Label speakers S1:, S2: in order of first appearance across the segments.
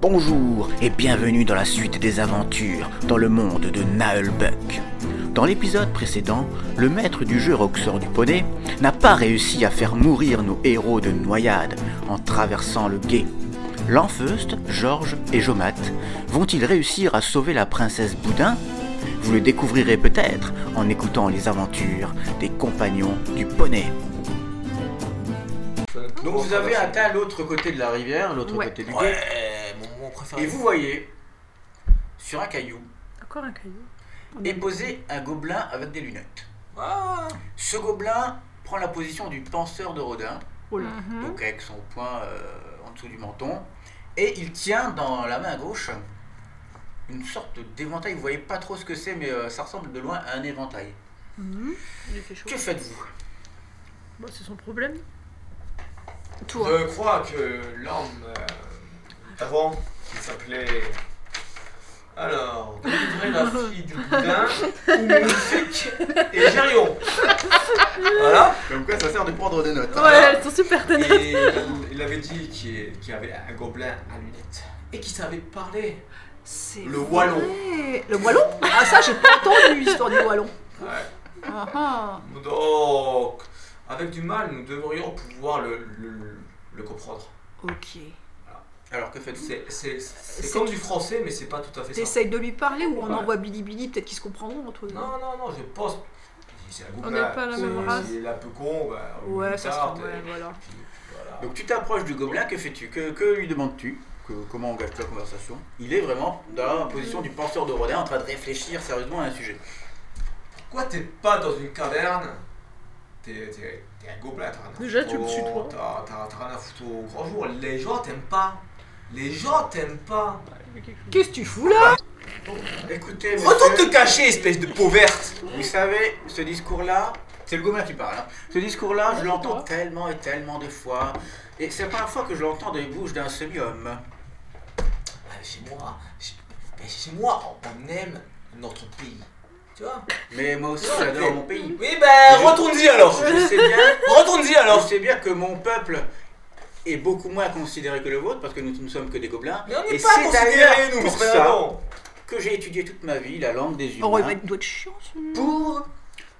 S1: Bonjour et bienvenue dans la suite des aventures dans le monde de Naelbuck. Dans l'épisode précédent, le maître du jeu Roxor du Poney n'a pas réussi à faire mourir nos héros de noyade en traversant le gué. L'Enfeust, Georges et Jomat vont-ils réussir à sauver la princesse Boudin Vous le découvrirez peut-être en écoutant les aventures des compagnons du Poney.
S2: Oh.
S3: Donc vous avez atteint l'autre côté de la rivière, l'autre
S4: Ouais.
S3: côté du gué,
S2: Eh,
S5: Ouais, mon moment préféré.
S3: et vous voyez sur un caillou
S4: Encore un caillou. On
S3: est
S4: a-
S3: posé un gobelin avec des lunettes.
S5: Ah,
S3: Ce gobelin prend la position du penseur de Rodin,
S4: Oh là.
S3: donc avec son poing euh, en dessous du menton, et il tient dans la main gauche une sorte d'éventail. Vous voyez pas trop ce que c'est, mais euh, ça ressemble de loin à un éventail.
S4: Mhm. Il fait chaud.
S3: Que faites-vous
S4: Bon, c'est son problème.
S2: Je crois que l'homme euh, avant, qui s'appelait. Alors, délivrer la fille de Boudin, Oumoufik et Gérion. Voilà.
S3: Comme quoi ça sert de prendre des notes.
S4: Ouais, elles sont super tenaces.
S2: Et il avait dit qu'il est- qu'il y avait un gobelin à lunettes et qu'il savait parler.
S6: C'est
S2: Le wallon.
S6: vrai. Le wallon Ah ça j'ai pas entendu l'histoire du wallon.
S2: Ouais.
S6: Ah, ah.
S2: Donc, avec du mal, nous devrions pouvoir le, le- le comprendre.
S6: Ok.
S3: Alors que faites-vous
S2: C'est- C'est c'est
S6: C'est-
S2: comme du français, mais c'est pas tout à fait ça.
S6: T'essayes de lui parler ou on
S2: Ouais.
S6: envoie Billy Billy peut-être qu'ils se comprendront entre eux.
S2: Non, non, non, je pense. C'est un groupe
S4: On
S2: là,
S4: n'est pas la
S2: si-
S4: même race.
S2: s'il est un peu con, bah, on
S6: Ouais
S2: lui
S6: ça
S2: tarde,
S6: se ouais,
S2: et
S6: voilà.
S2: puis, voilà.
S3: Donc tu t'approches du gobelin, que fais-tu que, que lui demandes-tu Que- Comment engage-tu la conversation Il est vraiment dans la position du penseur de Rodin en train de réfléchir sérieusement à un sujet.
S2: Pourquoi t'es pas dans une caverne T'es t'es- t'es un gobelin, t'as rien à
S4: Déjà,
S2: foutre
S4: tu le
S2: au-
S4: suis, toi.
S2: T'as t'as- t'as rien à foutre au grand jour. Les gens t'aiment pas. Les gens t'aiment pas.
S6: Qu'est-ce que tu fous là
S3: Écoutez,
S2: Retourne
S3: monsieur,
S2: te cacher, espèce de peau verte
S3: vous savez, ce discours-là, c'est le gobelin qui parle. hein. Ce discours-là, je
S4: Ouais,
S3: l'entends
S4: toi.
S3: tellement et tellement de fois. Et c'est la première fois que je l'entends des bouches d'un semi-homme.
S5: ah, chez moi, chez, mais chez moi, on aime notre pays. Tu vois
S3: Mais moi aussi,
S5: Ouais,
S3: j'adore
S5: mais-
S3: mon pays.
S5: Oui, ben,
S3: Je-
S5: retourne-y alors
S3: Je sais bien,
S5: Retourne-y
S3: je
S5: alors
S3: sais bien que mon peuple est beaucoup moins considéré que le vôtre parce que nous ne sommes que des gobelins.
S5: Mais on
S3: Et
S5: n'est
S3: c'est
S5: pas considérés,
S3: d'ailleurs
S5: nous,
S3: pour
S5: c'est pas
S3: ça.
S5: là-dedans.
S3: Que j'ai étudié toute ma vie, la langue des humains.
S6: Oh il va- il doit être chiant celui-là.
S3: pour,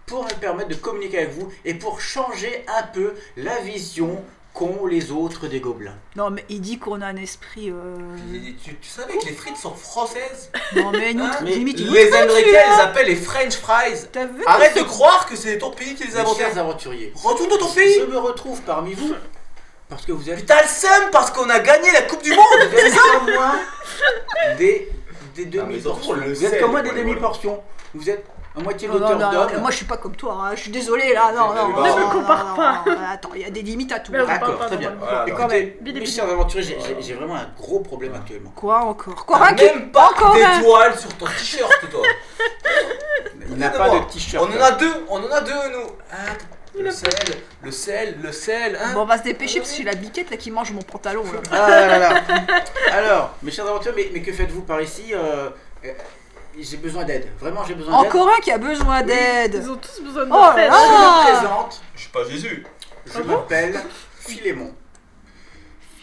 S3: pour me permettre de communiquer avec vous et pour changer un peu la vision qu'ont les autres des gobelins.
S6: Non mais il dit qu'on a un esprit euh...
S5: Et Tu, tu savais que les frites sont françaises
S6: Non mais nous
S5: Hein
S3: Mais
S6: limite il nous
S5: Les
S6: traite,
S5: Américains,
S6: celui-là.
S5: ils appellent les French fries.
S6: T'as vu
S5: Arrête de croire que c'est ton pays qui les a
S3: Mes
S5: inventés.
S3: chers aventuriers,
S5: Retourne dans ton
S3: je
S5: pays
S3: me retrouve parmi vous parce que vous
S5: Mais
S3: êtes,
S5: t'as le seum parce qu'on a gagné la Coupe du Monde
S3: vous êtes comme moi des, des
S2: Non, mais ils ont
S3: demi-portions.
S2: trop le
S3: Vous
S2: sel,
S3: êtes comme moi des
S2: quoi, les
S3: demi-portions. Vous êtes à moitié
S6: Non, non,
S3: l'auteur
S6: non, non,
S3: d'homme.
S6: moi je suis pas comme toi, hein. je suis désolée là, non,
S2: Mais
S6: non,
S2: ne
S6: non,
S2: me
S6: non,
S4: compare
S6: non,
S4: pas.
S6: non, non, attends, il y a des limites à tout.
S4: Mais on
S6: hein.
S4: parle
S3: D'accord,
S4: pas
S3: très bien.
S4: normalement.
S2: Voilà, donc,
S3: Écoutez,
S4: Bidi,
S3: mes
S4: bidi.
S3: chers aventuriers, j'ai- j'ai j'ai vraiment un gros problème actuellement.
S6: Quoi encore Quoi
S5: T'as
S6: Raquel
S5: même pas
S6: Encore un.
S5: d'étoiles sur ton t-shirt, toi
S3: Il n'a pas de t-shirt.
S5: On en a deux, on en a deux, nous Hein, Le sel, le sel, le sel, hein
S6: Bon, on va se dépêcher parce que j'ai la biquette là qui mange mon pantalon. Là.
S3: Ah là là. Alors, mes chers aventuriers, mais, mais que faites-vous par ici Euh, euh, J'ai besoin d'aide. Vraiment, j'ai besoin d'aide.
S6: Encore un qui a besoin d'aide.
S4: Ils ont hein tous besoin de
S6: Oh là
S4: leur tête.
S3: Je me
S6: Ah
S3: présente.
S2: Je suis pas Jésus.
S3: Je m'appelle Philémon.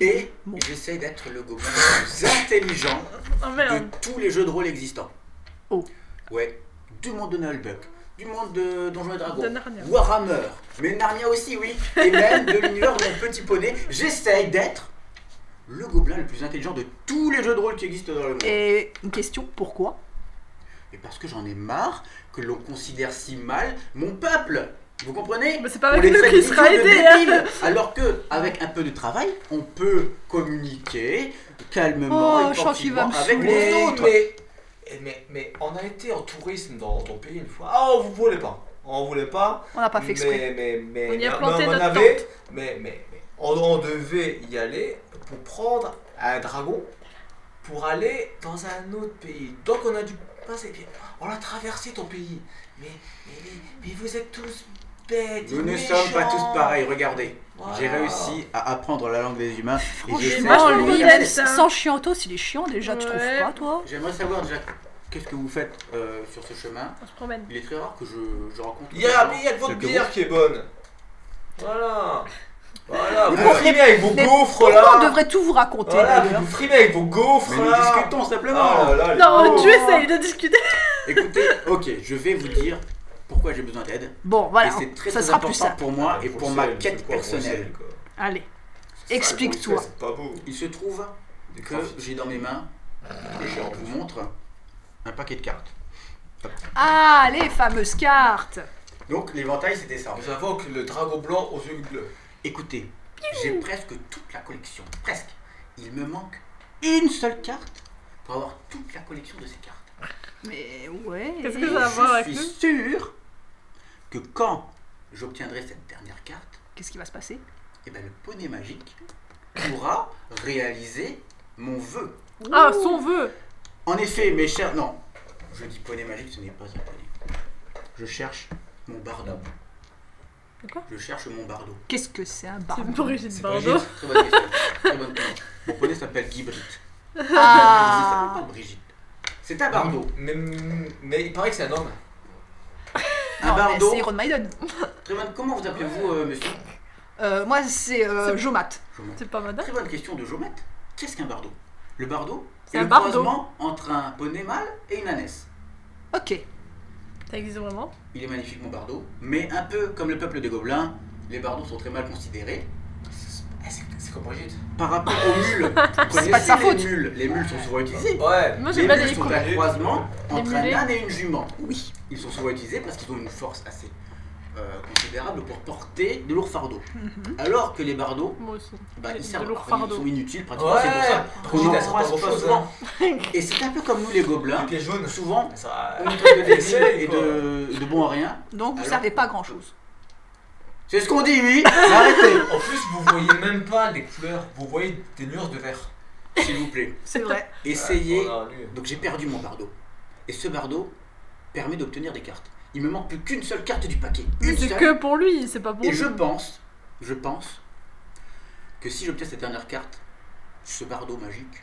S3: Et
S6: Philémon.
S3: j'essaie d'être le gobelin le plus intelligent
S4: Oh
S3: de
S4: merde.
S3: tous les jeux de rôle existants.
S6: Oh.
S3: Ouais, du monde de Nullbuck, du monde de Donjons et Dragons,
S4: De Narnia.
S3: Warhammer, mais Narnia aussi, oui, et même de l'univers de mon petit poney. J'essaie d'être le gobelin le plus intelligent de tous les jeux de rôle qui existent dans le monde.
S6: Et une question, pourquoi
S3: Et parce que j'en ai marre que l'on considère si mal mon peuple. Vous comprenez
S4: Mais c'est pas
S3: On
S4: avec
S3: les
S4: nous
S3: traite
S4: qu'il
S3: d'idiot,
S4: sera
S3: de
S4: aidé. hein.
S3: débiles. Alors que, avec un peu de travail, on peut communiquer calmement
S6: Oh,
S3: et
S6: je sens qu'il
S3: tranquillement
S6: va me
S3: avec
S6: saouler.
S3: les
S2: Mais,
S3: autres.
S2: mais, mais, mais on a été en tourisme dans ton pays une fois. Ah,
S5: Oh,
S2: on vous voulait pas. On voulait pas.
S6: On n'a pas fait exprès.
S2: Mais, mais, mais,
S4: On y a
S2: mais-
S4: planté
S2: mais on
S4: notre
S2: avait-
S4: tente.
S2: Mais, mais, mais on, on devait y aller pour prendre un dragon pour aller dans un autre pays. Donc on a dû passer. Puis On a traversé ton pays. Mais, mais, mais, mais vous êtes tous bêtes.
S3: Nous ne
S2: méchants.
S3: sommes pas tous pareils, regardez.
S2: Voilà.
S3: J'ai réussi à apprendre la langue des humains. et
S6: Franchement,
S3: j'essaie-
S4: vachement
S6: lui,
S4: bien,
S6: même
S4: ça.
S6: sans chiantos, il est chiant déjà, tu trouves
S4: Ouais.
S6: pas toi
S3: J'aimerais savoir déjà qu'est-ce que vous faites euh, sur ce chemin.
S4: On se promène.
S3: Il est très rare que je, je rencontre.
S2: Il
S3: des
S2: y a,
S3: gens
S2: mais il y a que votre
S3: tels que
S2: bière qui est bonne. Voilà.
S5: Voilà, vous
S6: pourquoi-
S5: frimez avec vos
S6: mais
S5: gaufres
S6: Pourquoi on
S5: là.
S6: devrait tout vous raconter
S5: Voilà,
S6: d'ailleurs
S5: vous frimez avec vos gaufres
S3: Mais nous
S5: là.
S3: discutons simplement.
S5: Ah là
S2: Oh
S5: là, les
S4: Non,
S5: pauvres.
S4: tu essayes de discuter.
S3: Écoutez, ok, je vais vous dire pourquoi j'ai besoin d'aide.
S6: Bon, voilà,
S3: et c'est très,
S6: ça
S3: très
S6: sera
S3: important
S6: plus ça.
S3: pour moi et
S5: Faut
S3: pour
S5: le
S3: ma
S5: sel,
S3: quête
S5: faut le poivre,
S3: personnelle.
S5: faut le sel, quoi.
S6: Allez,
S5: C'est ça,
S6: Explique-toi.
S5: le sel, C'est pas beau.
S3: Il se trouve que j'ai dans mes mains, et je vous montre, un paquet de cartes.
S6: ah, les fameuses cartes
S3: Donc l'éventail c'était ça.
S5: Nous avons que le dragon blanc aux yeux bleus.
S3: Écoutez, j'ai presque toute la collection, presque. Il me manque une seule carte pour avoir toute la collection de ces cartes.
S6: Mais ouais...
S4: Qu'est-ce que ça a à voir avec
S3: Je
S4: nous
S3: suis sûr que quand j'obtiendrai cette dernière carte,
S6: Qu'est-ce qui va se passer
S3: eh ben, le poney magique pourra réaliser mon vœu.
S4: Ah, son vœu.
S3: En effet, mes chers. Non, je dis poney magique, ce n'est pas un poney. Je cherche mon bardo.
S4: De quoi
S3: Je cherche mon bardo.
S6: Qu'est-ce que Ah, c'est un
S4: C'est
S6: barbe
S4: Brigitte
S3: C'est
S4: Bardot.
S3: Brigitte, Très bonne question. Très bonne question. Mon poney s'appelle Guibrite. Il s'appelle
S6: Ah
S3: pas Brigitte. C'est un bardo.
S5: Mais, mais il paraît que c'est un homme.
S3: Un
S6: Non, mais
S3: bardo.
S6: c'est Iron Maiden.
S3: Très bonne. Comment vous appelez-vous, euh, monsieur
S6: Euh, moi, c'est euh,
S4: C'est-
S6: Jomat.
S3: Comment
S4: C'est pas madame
S3: Très bonne question de Jomette. Qu'est-ce qu'un bardo Le bardo
S4: C'est
S3: c'est
S4: un
S3: le
S4: bardo.
S3: croisement entre un poney mâle et une ânesse.
S6: Ok.
S4: Ça existe vraiment
S3: Il est magnifique mon bardo, mais un peu comme le peuple des gobelins, les bardos sont très mal considérés. Ah,
S5: Eh, C'est c'est comme Brigitte.
S3: Par rapport aux mules, Vous connaissez
S6: pas de sa
S3: les
S6: faute.
S3: mules, les mules sont souvent utilisées.
S5: Ouais.
S4: Moi
S3: les
S4: j'aime bien
S3: mules
S4: les
S3: sont
S4: coups.
S3: un croisement entre un
S4: mulets.
S3: âne et une jument.
S6: Oui.
S3: Ils sont souvent utilisés parce qu'ils ont une force assez euh, considérable pour porter de lourds fardeaux. Alors que les bardos,
S4: Moi aussi.
S3: bah, ils,
S4: De
S3: servent,
S4: lourds
S3: enfin, ils
S4: fardeaux.
S3: sont inutiles pratiquement, c'est pour ça.
S5: Ouais.
S3: On
S5: Brigitte, elle se
S3: n'embrasse
S5: prend
S3: pas
S5: pas
S3: souvent.
S5: souvent.
S3: Et c'est un peu comme nous les gobelins,
S5: hein. Les pieds jaunes.
S3: souvent euh.
S5: Ça.
S3: On est de débiles
S5: Essaye,
S3: et
S5: quoi.
S3: de, de bons à rien.
S6: Donc, vous
S3: Alors
S6: savez pas grand-chose.
S3: C'est ce qu'on dit, oui. Mais Arrêtez,
S5: En plus, vous voyez même pas les couleurs, vous voyez des nuances de vert. Ah,
S3: s'il vous plaît.
S6: C'est vrai.
S3: Essayez.
S5: On a lu.
S3: Donc j'ai perdu mon bardo. Et ce bardo permet d'obtenir des cartes. Il me manque plus qu'une seule carte du paquet.
S4: Mais
S3: Une
S4: c'est
S3: seule.
S4: que pour lui, c'est pas pour
S3: Et
S4: nous.
S3: je pense, je pense que si j'obtiens cette dernière carte, ce bardo magique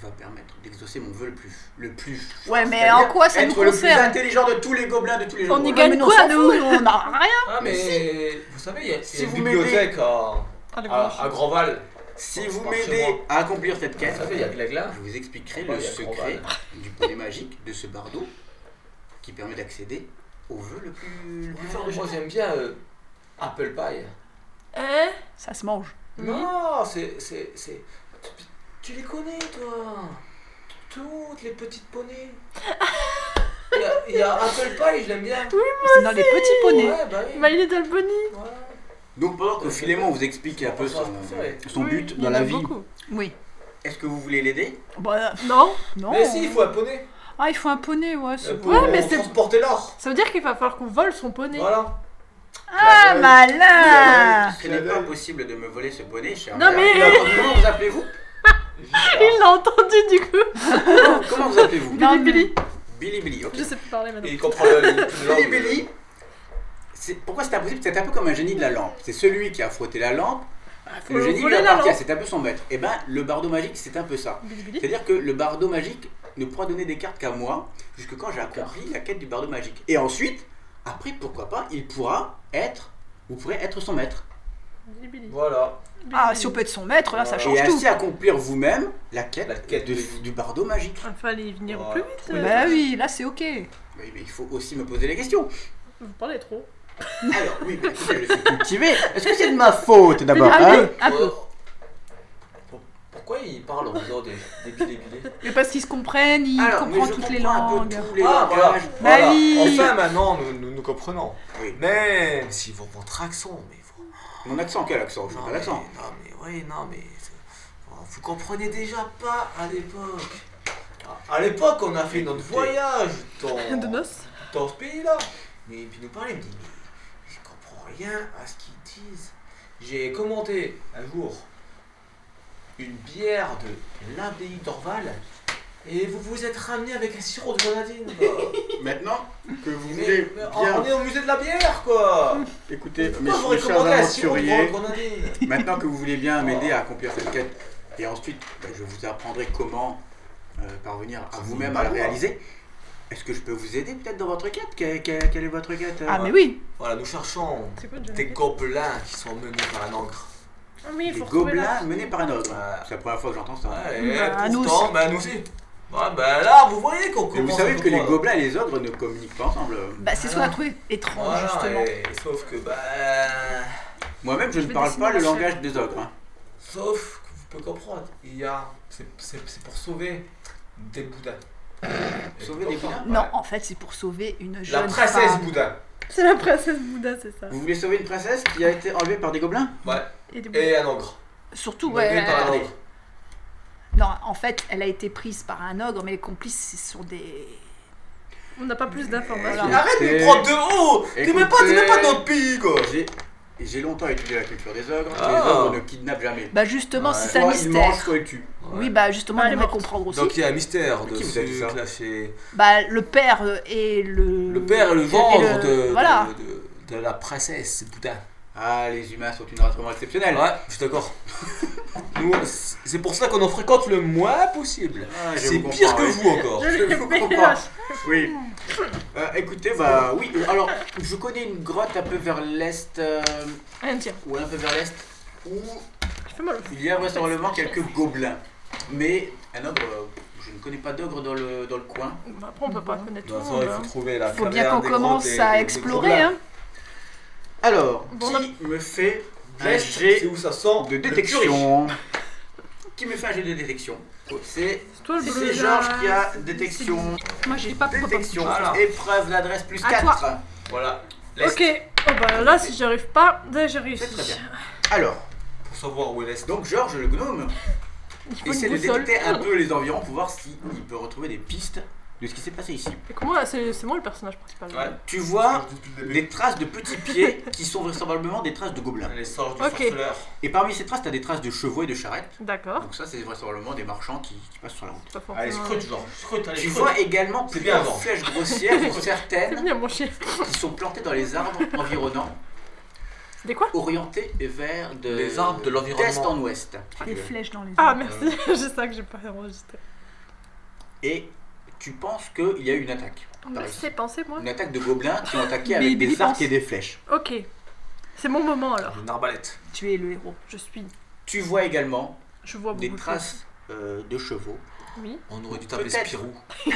S3: va permettre d'exaucer mon vœu le plus, le plus.
S6: Ouais, mais
S3: C'est-à-dire
S6: en quoi ça nous
S3: être le plus
S6: concerne
S3: intelligent de tous les gobelins de tous les gens.
S4: On y
S3: Ouais.
S4: gagne
S6: mais non,
S4: quoi,
S6: on s'en
S4: nous
S6: fout, On n'a rien
S5: Ah, mais,
S3: Mais
S5: vous savez, il y a, il y a
S3: Si
S5: une
S3: vous
S5: bibliothèque à,
S4: Ah, le
S5: à, à
S4: grand
S5: Grandval.
S3: Si vous
S5: Par
S3: m'aidez
S5: chez moi.
S3: à accomplir cette
S5: Vous
S3: quête,
S5: savez, il y a Glagla.
S3: Je vous expliquerai
S5: Oh,
S3: le
S5: il y a trop
S3: secret du poney magique de ce bardo qui permet d'accéder au vœu le plus, le plus fort de
S5: Moi,
S3: chacun.
S5: j'aime bien euh, Apple Pie.
S4: Eh
S6: Ça se mange.
S4: Oui.
S5: Non, c'est. c'est, c'est... tu- Tu les connais, toi Toutes les petites poneys. Il y a- il y, a Apple Pie, je l'aime bien.
S6: C'est dans les petits poneys.
S5: Ouais, bah oui.
S4: My Little Pony
S5: Ouais.
S3: Donc pendant que Philémon vous explique un peu son, son
S4: Oui,
S3: but
S4: il
S3: dans
S4: en
S3: la
S4: a
S3: vie,
S4: beaucoup.
S6: Oui.
S3: est-ce que vous voulez l'aider
S6: Bah,
S4: Non
S6: non.
S5: Mais si, il faut un poney.
S6: Ah, il faut un poney, ouais. c'est-
S5: euh, Pour
S4: Ouais, mais c'est-
S5: transporter l'or.
S4: Ça veut dire qu'il va falloir qu'on vole son poney.
S5: Voilà.
S6: Ah, malin
S3: Ce n'est pas possible de me voler ce poney, cher.
S4: Non,
S3: maire.
S4: mais-
S3: Alors, Comment vous appelez-vous
S4: Il l'a entendu du coup.
S3: Comment- Comment vous appelez-vous
S6: Non,
S4: Billy
S6: mais-
S4: Billy.
S3: Billy Billy, ok.
S4: Je sais plus parler maintenant.
S5: Et il comprend le- le-
S3: Billy
S5: l'angle.
S3: Billy, euh, c'est- pourquoi c'est impossible C'est un peu comme un génie de la lampe. C'est celui qui a frotté la lampe,
S4: Ah, Faut
S3: le génie lui
S4: voler la
S3: appartient,
S4: lampe.
S3: c'est un peu son maître. Et ben, le bardo magique, c'est un peu ça.
S4: Billy Billy.
S3: C'est-à-dire que le bardo magique ne pourra donner des cartes qu'à moi, jusque quand j'ai accompli la quête du bardo magique. Et ensuite, après, pourquoi pas, il pourra être, vous pourrez être son maître.
S4: Billy Billy.
S5: Voilà.
S6: Ah, si on peut être son maître, là, ça
S5: Et
S3: Et
S6: change tout.
S3: ainsi accomplir vous-même la quête,
S5: La quête
S3: de-
S5: du-
S3: du bardo magique.
S4: Il fallait venir au plus vite.
S5: Ouais.
S4: euh,
S6: Bah oui, là, c'est ok.
S3: Mais, mais il faut aussi me poser les questions.
S4: Vous parlez trop.
S3: Alors, oui, mais écoutez, je suis cultivé. Est-ce que c'est de ma faute d'abord
S4: Ah
S3: hein
S4: oui, un peu.
S5: Pour- Pourquoi il parle en faisant des, des bilés bilés
S6: Mais parce qu'ils se comprennent, ils
S3: Alors, mais
S6: comprennent
S3: je
S6: toutes les
S3: comprends un peu
S6: langues.
S3: tous les
S5: Ah, voilà.
S3: langages.
S6: Bah
S5: Voilà.
S6: oui.
S5: Enfin, maintenant, nous, nous nous comprenons.
S3: Oui.
S5: Même si vous- votre accent, mais vous-
S3: Mon accent, quel accent Je
S5: Non,
S3: n'ai pas
S5: mais,
S3: d'accent.
S5: non, mais oui, non, mais. c'est- oh, Vous comprenez déjà pas à l'époque. À- À l'époque, on a fait notre voyage dans,
S4: ah. De noces.
S5: dans ce pays-là. Mais puis nous parlait, il me dit, mais je comprends rien à ce qu'ils disent. J'ai commandé un jour une bière de l'abbaye d'Orval et vous vous êtes ramené avec un sirop de grenadine. quoi.
S3: Maintenant que vous
S5: mais,
S3: voulez
S5: mais
S3: bien
S5: on est au musée de la bière, quoi.
S3: écouter mes
S5: Pourquoi vous
S3: mes chers
S5: recommandez un sirop de
S3: aventuriers,
S5: grenadine
S3: Maintenant que vous voulez bien m'aider à accomplir cette quête, et ensuite ben, je vous apprendrai comment euh, parvenir à vous-même à la réaliser, est-ce que je peux vous aider peut-être dans votre quête Que- que- quelle, est votre quête euh
S6: Ah, mais oui.
S5: Voilà, nous cherchons
S4: C'est quoi, Johnny Ah
S5: des gobelins qui sont menés par un encre.
S4: Oui, il
S3: Les
S4: faut retrouver
S3: gobelins
S4: l'arbre.
S3: menés par un ogre.
S5: Ouais.
S3: C'est la première fois que j'entends ça.
S5: Ouais, et
S6: Bah, nous
S5: pourtant,
S6: aussi.
S5: bah, nous aussi. Ouais, bah là, vous voyez qu'on
S3: Mais
S5: commence
S3: vous
S5: à
S3: savez que les
S5: comprendre.
S3: gobelins et les ogres ne communiquent pas ensemble.
S6: Bah, c'est ce qu'on a trouvé étrange,
S5: Voilà,
S6: justement.
S5: et- sauf que, bah.
S3: Moi-même, je,
S4: Je
S3: ne
S4: vais
S3: parle
S4: dessiner
S3: pas le
S4: la chaîne.
S3: langage des ogres. hein.
S5: Sauf que vous pouvez comprendre, il y a. C'est c'est- c'est pour sauver des Bouddhas. Et
S3: Sauver
S5: tu
S3: des
S5: comprends,
S3: Bouddhas
S6: Non,
S5: ouais.
S6: en fait, c'est pour sauver une
S5: La
S6: jeune
S5: princesse
S6: femme.
S5: Bouddha.
S4: C'est la princesse Bouddha, c'est ça.
S3: Vous voulez sauver une princesse qui a été enlevée par des gobelins
S5: Ouais,
S4: Et du
S5: et un ogre.
S6: Surtout,
S5: Menée
S6: ouais. euh,
S5: par un ogre.
S6: Non, en fait, elle a été prise par un ogre, mais les complices, ce sont des.
S4: On n'a pas plus d'informations.
S3: Voilà.
S5: Arrête de
S3: Écoutez.
S5: me prendre de haut T'es même pas, t'es même pas dans notre pays, quoi
S3: J'ai- J'ai longtemps étudié la culture des ogres. Les
S5: Ah.
S3: ogres ne kidnappent jamais.
S6: Bah, justement,
S5: Ouais.
S6: c'est ça
S3: Soit
S6: le
S3: ils mangent,
S6: mystère.
S3: soit ils tuent.
S6: Oui, bah, justement,
S4: Ah,
S6: on
S4: elle est
S6: aimerait
S4: morte.
S6: comprendre aussi.
S5: Donc il y a un mystère de
S3: Qui vous a dit
S5: ce
S3: ça
S5: clash et-
S6: Bah, le père euh, et le.
S5: Le père et le ventre de,
S6: Voilà.
S5: de, de- de la princesse Bouddha.
S3: Ah, les humains sont une race vraiment exceptionnelle.
S5: Ouais, je suis d'accord. Nous, c'est pour ça qu'on en fréquente le moins possible.
S3: Ah, je
S5: C'est
S3: vous
S5: pire
S3: comprends,
S5: que
S3: oui.
S5: vous encore.
S4: Je
S3: Je
S4: l'ai
S3: vous
S4: fait,
S3: comprends.
S4: là.
S3: Oui. Euh, écoutez, bah oui. euh, Alors, je connais une grotte un peu vers l'est, euh,
S4: Rien, tiens.
S3: ou un peu vers l'est, où
S4: Je fais mal.
S3: il y a vraisemblablement quelques gobelins. Mais un ogre, euh, je ne connais pas d'ogre dans le, dans le coin.
S4: Bah, Après, on peut pas connaître
S5: De toute
S4: tout le
S5: façon,
S4: monde.
S5: il faut
S4: hein.
S5: trouver la
S6: Faut bien
S5: caverne
S6: qu'on
S5: des
S6: commence
S5: grottes et-
S6: à
S5: des
S6: explorer,
S5: grottes.
S4: Explorer, hein.
S3: Alors,
S4: Bon,
S3: qui me fait un
S5: Là, C'est
S3: jet
S5: où ça sent
S3: de détection Qui me fait un jet de détection Oh, C'est
S4: C'est hein. toi Oh, le bleu.
S3: c'est
S4: là.
S3: Georges qui a détection,
S6: Moi, j'ai pas
S3: détection,
S5: Voilà.
S3: épreuve d'adresse plus
S6: À toi.
S3: 4.
S5: Voilà. L'est.
S4: Ok. Oh bah là, si j'y arrive pas, là, j'ai réussi.
S3: C'est très bien. Alors,
S5: Pour savoir où est l'est.
S3: donc Georges le gnome
S4: Il faut
S3: essaie
S4: une
S3: de
S4: boussole.
S3: détecter un peu les environs pour voir s'il peut retrouver des pistes de ce qui s'est passé ici.
S4: Et comment là, c'est c'est moi le personnage principal.
S5: Ouais.
S3: Tu vois
S5: Depuis le début.
S3: des traces de petits pieds qui sont vraisemblablement des traces de gobelins.
S5: Les sorts du
S4: Ok.
S5: sorceleur.
S3: Et parmi ces traces, tu as des traces de chevaux et de charrettes.
S4: D'accord.
S3: Donc ça, c'est vraisemblablement des marchands qui, qui passent sur la route.
S4: C'est pas
S5: Allez,
S4: forcément.
S5: scrute, Georges. Scrute, allez,
S3: Tu
S5: scrute.
S3: vois également
S5: C'est
S3: plusieurs
S5: bien avant.
S3: flèches grossières, dont
S4: C'est
S3: certaines
S4: venu à mon chien.
S3: qui sont plantées dans les arbres environnants,
S4: C'était quoi
S3: orientées vers de...
S5: Les arbres de l'environnement.
S3: D'est en ouest. si
S6: Des
S3: tu veux.
S6: flèches dans les yeux.
S4: Ah merci,
S3: Euh.
S4: j'ai ça que j'ai pas enregistré.
S3: Et tu penses qu'il y a eu une attaque.
S4: On
S3: Par
S4: me
S3: ici.
S4: laissait penser moi.
S3: Une attaque de gobelins qui ont attaqué
S6: Mais
S3: avec
S6: il y
S3: des
S6: pense.
S3: arcs et des flèches.
S4: Ok. C'est mon moment alors.
S5: Une arbalète.
S6: Tu es le héros.
S4: Je suis.
S3: Tu vois également
S4: Je vois beaucoup
S3: des
S4: de
S3: traces euh, de chevaux.
S4: choses. Oui.
S5: On aurait dû taper
S3: Peut-être.
S5: Spirou. Ah,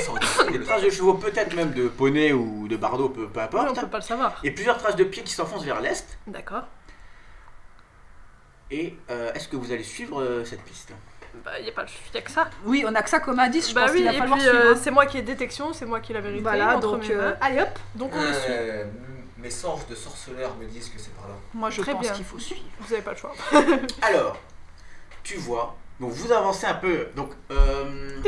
S5: ça aurait dû taper
S3: Des
S5: le-
S3: traces de chevaux, peut-être même de poney ou de bardeau, peu, peu
S4: Oui, on
S3: importe.
S4: peut pas le savoir.
S3: Et plusieurs traces de pieds qui s'enfoncent vers l'est.
S4: D'accord.
S3: Et euh, est-ce que vous allez suivre euh, cette piste
S4: Bah y a pas, y a que ça.
S6: Oui, on a que ça comme indice, je
S4: bah
S6: pense
S4: oui.
S6: qu'il va
S4: Et
S6: falloir
S4: puis
S6: suivre. hein.
S4: euh, c'est moi qui ai détection, c'est moi qui ai la vérité.
S6: Voilà,
S4: entre
S6: donc
S4: mes mains.
S6: euh, allez hop.
S4: donc on le suit.
S5: Euh, Mes sorts de sorceleur me disent que c'est par là.
S6: Moi, je
S4: Très
S6: pense
S4: bien.
S6: qu'il faut suivre.
S4: Vous avez pas le choix.
S3: Alors, tu vois, donc vous avancez un peu. Donc, euh,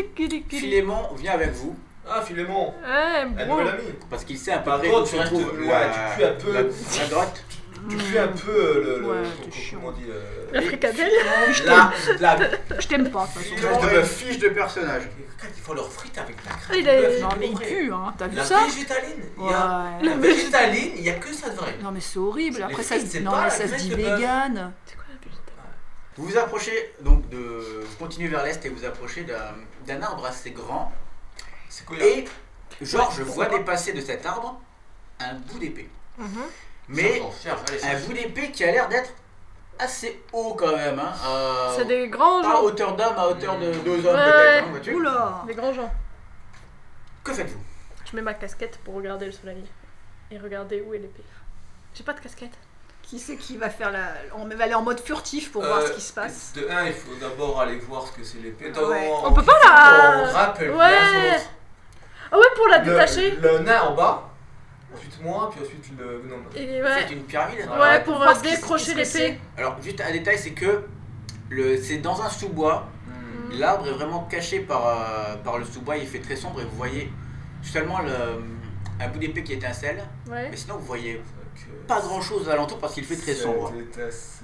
S3: Philémon vient avec vous
S5: Ah, Philémon
S4: Eh
S5: Un
S4: bon.
S5: nouvel ami
S3: parce qu'il sait à peu
S5: Par
S3: près où
S5: contre,
S3: se
S5: tu te-
S3: trouve
S5: ouais,
S3: la,
S5: tu pues un peu.
S3: la- la grotte.
S5: Tu fais un peu euh, le. le-
S6: Ouais,
S5: ton-
S6: t'es chiant.
S5: comment on dit euh,
S4: La fricadelle.
S5: La. La.
S6: Je t'aime pas. de toute façon.
S3: Philémon
S5: de
S3: a une
S5: bœuf.
S3: fiche de personnage.
S5: Regarde, ils font leurs frites avec la crème.
S4: Ah, il a-
S5: de bœuf,
S6: Non, mais il
S5: compris.
S6: pue, hein. T'as vu
S5: La
S6: ça
S5: végétaline il y a-
S6: Ouais.
S5: La végétaline, il n'y a que ça de vrai.
S6: Non, mais c'est horrible. Après,
S5: Les
S6: ça
S5: frites,
S6: se
S5: c'est
S6: non,
S5: pas
S6: mais
S5: la
S6: ça se
S5: graisse
S6: dit
S5: de bœuf.
S6: vegan.
S4: C'est quoi la végétale
S3: Vous vous approchez donc de. Vous continuez vers l'est et vous approchez d'un d'un arbre assez grand.
S5: C'est quoi
S3: Et Georges voit dépasser de cet arbre un bout d'épée.
S4: Mhm.
S3: Mais un bout d'épée qui a l'air d'être assez haut quand même. Hein. euh,
S4: C'est des grands
S3: Pas à
S4: gens.
S3: hauteur d'homme, à hauteur de deux hommes
S4: Ouais.
S3: peut-être. hein, vois-tu.
S6: Oula.
S4: Des grands gens.
S3: que faites-vous
S4: Je mets ma casquette pour regarder le soleil. Et regarder où est l'épée. J'ai pas de casquette.
S6: Qui c'est qui va faire la. On va aller en mode furtif
S5: Euh,
S6: pour voir ce qui se passe.
S5: De un, il faut d'abord aller voir ce que c'est l'épée.
S6: Ouais.
S3: Oh,
S5: D'abord,
S4: On peut pas la-
S5: On rappelle
S4: Ah, Ouais.
S5: l'un sur l'autre.
S4: Ah ouais, pour la
S5: Le-
S4: détacher
S5: Le nain en bas, ensuite moi, puis ensuite le gnome.
S4: Et
S3: Vous
S4: ouais.
S3: Faites une Ah, pyramide.
S5: Voilà.
S4: Ouais, pour
S6: Voir
S4: euh,
S6: ce qui-
S4: décrocher
S6: qu'est-ce que
S4: l'épée.
S3: Alors juste un détail, c'est que le, c'est dans un sous-bois.
S5: Hmm.
S4: Mm.
S3: L'arbre est vraiment caché par, euh, par le sous-bois. Il fait très sombre et vous voyez seulement le, un bout d'épée qui étincelle.
S4: Ouais.
S3: Mais sinon vous voyez
S5: Donc, euh,
S3: pas grand-chose alentour parce qu'il fait très
S5: ça
S3: sombre.
S5: détasse.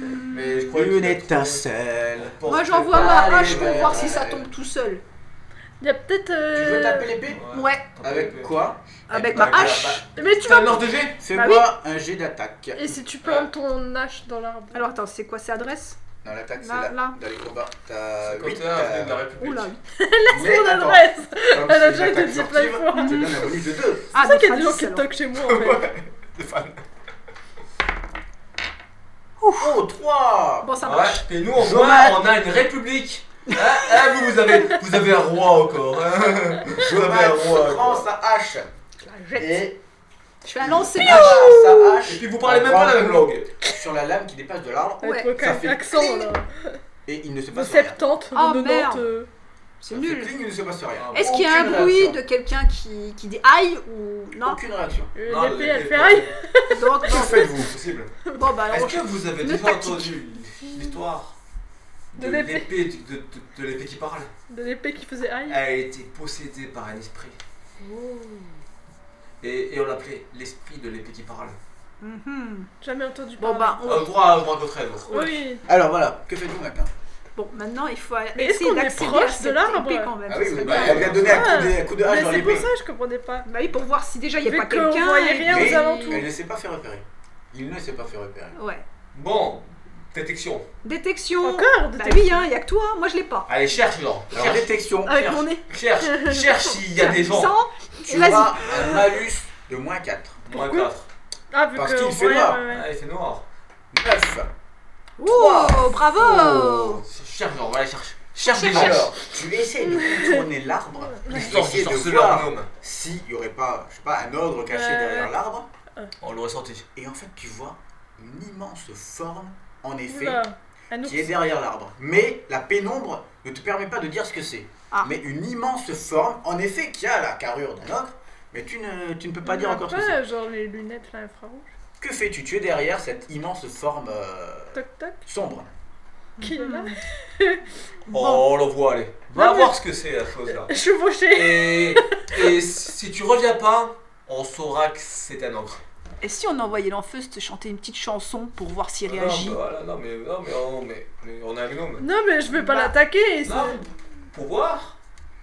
S5: Mais je crois
S3: Une étincelle.
S6: Moi, j'envoie
S3: Allez,
S6: ma hache pour
S3: ouais,
S6: voir
S3: ouais,
S6: si ça
S3: ouais.
S6: tombe tout seul.
S4: Il y a peut-être.
S3: Tu
S4: euh,
S3: veux taper l'épée
S6: Ouais,
S3: Avec quoi
S6: avec ma hache.
S4: Mais tu
S5: C'est un
S4: vas.
S5: ordre de G
S3: Fais-moi un jet d'attaque.
S4: Bah Et si tu plantes ton hache dans l'arbre
S6: Alors, attends, c'est quoi cette adresse
S3: Non, l'attaque c'est
S6: Là,
S4: Bah,
S3: là.
S6: là.
S3: Dans les combats, t'as 8.
S5: 51 avenue de la République.
S6: Oula.
S3: Mais
S4: Mon
S3: attends,
S4: adresse
S3: comme
S4: Elle a
S3: c'est
S4: déjà
S3: une
S4: été
S3: attaque
S4: dit
S3: furtive,
S4: plein de fois.
S3: je te donne un bonus de 2.
S4: C'est
S6: Ah,
S4: ça qu'il y a
S6: donc,
S4: des gens
S6: Alice,
S4: qui
S6: alors.
S4: toquent chez moi en fait.
S5: Des fans.
S3: Oh, 3
S4: Bon, ça
S5: Ouais,
S4: marche.
S5: et nous, en
S2: Je
S5: Romain,
S2: mate.
S5: on a une république. Ah, ah, vous, vous avez, vous avez un roi encore. hein. Vous avez un roi.
S3: prend
S5: encore.
S3: sa hache
S4: Je la jette.
S3: et
S6: Je fais un lancer.
S3: sa hache
S5: Et puis vous parlez même pas la même langue.
S3: sur la lame qui dépasse de l'arbre
S4: Avec
S6: Ouais,
S4: aucun
S3: ça fait
S4: accent, là.
S3: et il ne se
S4: De
S3: passe rien.
S4: septante,
S6: Ah,
S4: de
S6: merde.
S4: nonante, euh,
S6: C'est
S3: Ça fait
S6: nul.
S3: cling, il ne se passe rien.
S6: Est-ce qu'il y a un
S3: Aucune
S6: bruit
S3: réaction.
S6: de quelqu'un qui, qui dit aïe ou non
S3: Aucune réaction.
S5: Non,
S4: L'épée,
S5: mais-
S4: elle fait aïe.
S6: Donc,
S5: Que faites-vous possible
S6: bon, bah,
S5: Est-ce
S6: on-
S5: que vous avez
S6: Une
S5: déjà
S6: tactique.
S5: entendu l'histoire
S4: De l'épée.
S5: de, de- de l'épée qui parle
S4: De l'épée qui faisait aïe.
S5: Elle a été possédée par un esprit. Et, et on l'appelait l'esprit de l'épée qui parle.
S6: Mhm.
S4: Jamais entendu
S6: Bon,
S4: parler. Ah
S6: bah, on-
S5: Un droit, un droit contraire.
S4: Oui.
S3: Alors voilà, que faites-vous maintenant
S6: bon, maintenant, il faut
S4: Mais est-ce
S6: essayer
S4: qu'on est
S6: d'accéder à
S4: proche de
S6: cette
S4: l'arbre
S6: épée quand même.
S3: Ah
S6: ce
S3: oui,
S6: serait
S3: vous
S6: bien.
S5: bah,
S3: avez donné un coup de, un coup de hache
S6: Ah,
S4: Mais
S3: dans
S4: c'est pour
S3: l'épée.
S4: ça, je comprenais pas.
S6: Bah oui, pour voir si déjà il n'y
S4: Vu
S6: a pas
S4: qu'on
S6: quelqu'un.
S4: voyait
S6: et
S4: rien
S6: puis-
S3: aux
S4: alentours.
S3: Elle ne s'est pas fait repérer. Il ne s'est pas fait repérer.
S6: Ouais.
S5: Bon, détection.
S6: Détection.
S4: Encore de
S6: Bah
S4: tes-
S6: oui, il n'y a que toi, moi je l'ai pas.
S5: Allez, cherche, genre.
S3: Alors
S5: Cherche,
S3: détection,
S4: Ah,
S6: Avec
S3: cherche.
S6: mon nez.
S5: cherche, cherche s'il y a des gens.
S6: Sans,
S3: tu
S6: vas-y.
S3: auras un malus de moins 4.
S5: Moins
S4: Pourquoi
S5: quatre.
S4: Ah, vu
S3: Parce
S4: que
S3: qu'il
S4: on
S3: fait
S4: voyait,
S3: noir.
S4: ouais, ouais.
S5: Ah, il fait noir.
S3: 9.
S6: Oh, bravo
S5: Oh. Cherche, genre, allez, cherche. Cherche des
S6: Cherche,
S5: gens.
S3: Alors, tu essaies de contourner l'arbre,
S5: L'histoire du
S3: Essayez de
S5: sorceleur
S3: voir.
S5: gnome.
S3: s'il n'y aurait pas, je sais pas, un ogre caché
S4: Ouais.
S3: derrière l'arbre.
S5: On l'aurait sorti.
S3: Et en fait, tu vois une immense forme, en effet,
S4: Oula. Un ours.
S3: qui est derrière l'arbre. Mais la pénombre ne te permet pas de dire ce que c'est.
S6: Ah.
S3: Mais une immense forme, en effet, qui a la carrure d'un ogre, mais tu ne, tu ne peux pas dire
S4: Ouais,
S3: encore ce
S4: ouais,
S3: que c'est.
S4: genre les lunettes là, infrarouges.
S3: Que fais-tu Tu es derrière cette immense forme euh,
S4: Toc toc.
S3: sombre.
S6: Mm.
S4: Qui est là
S6: Bon.
S5: Oh, on l'envoie, allez. Va
S4: Non,
S5: voir ce que c'est la chose là.
S4: Chevauché.
S5: Et, et si tu reviens pas, on saura que c'est un encre.
S6: Et si on envoyait l'enfeust chanter une petite chanson pour voir s'il
S5: Non,
S6: réagit
S5: bah, voilà, non, mais, non, mais, oh, mais, mais on a un gnome.
S4: Non, mais je vais pas
S6: Bah.
S4: l'attaquer. et c'est-
S5: Non, pour voir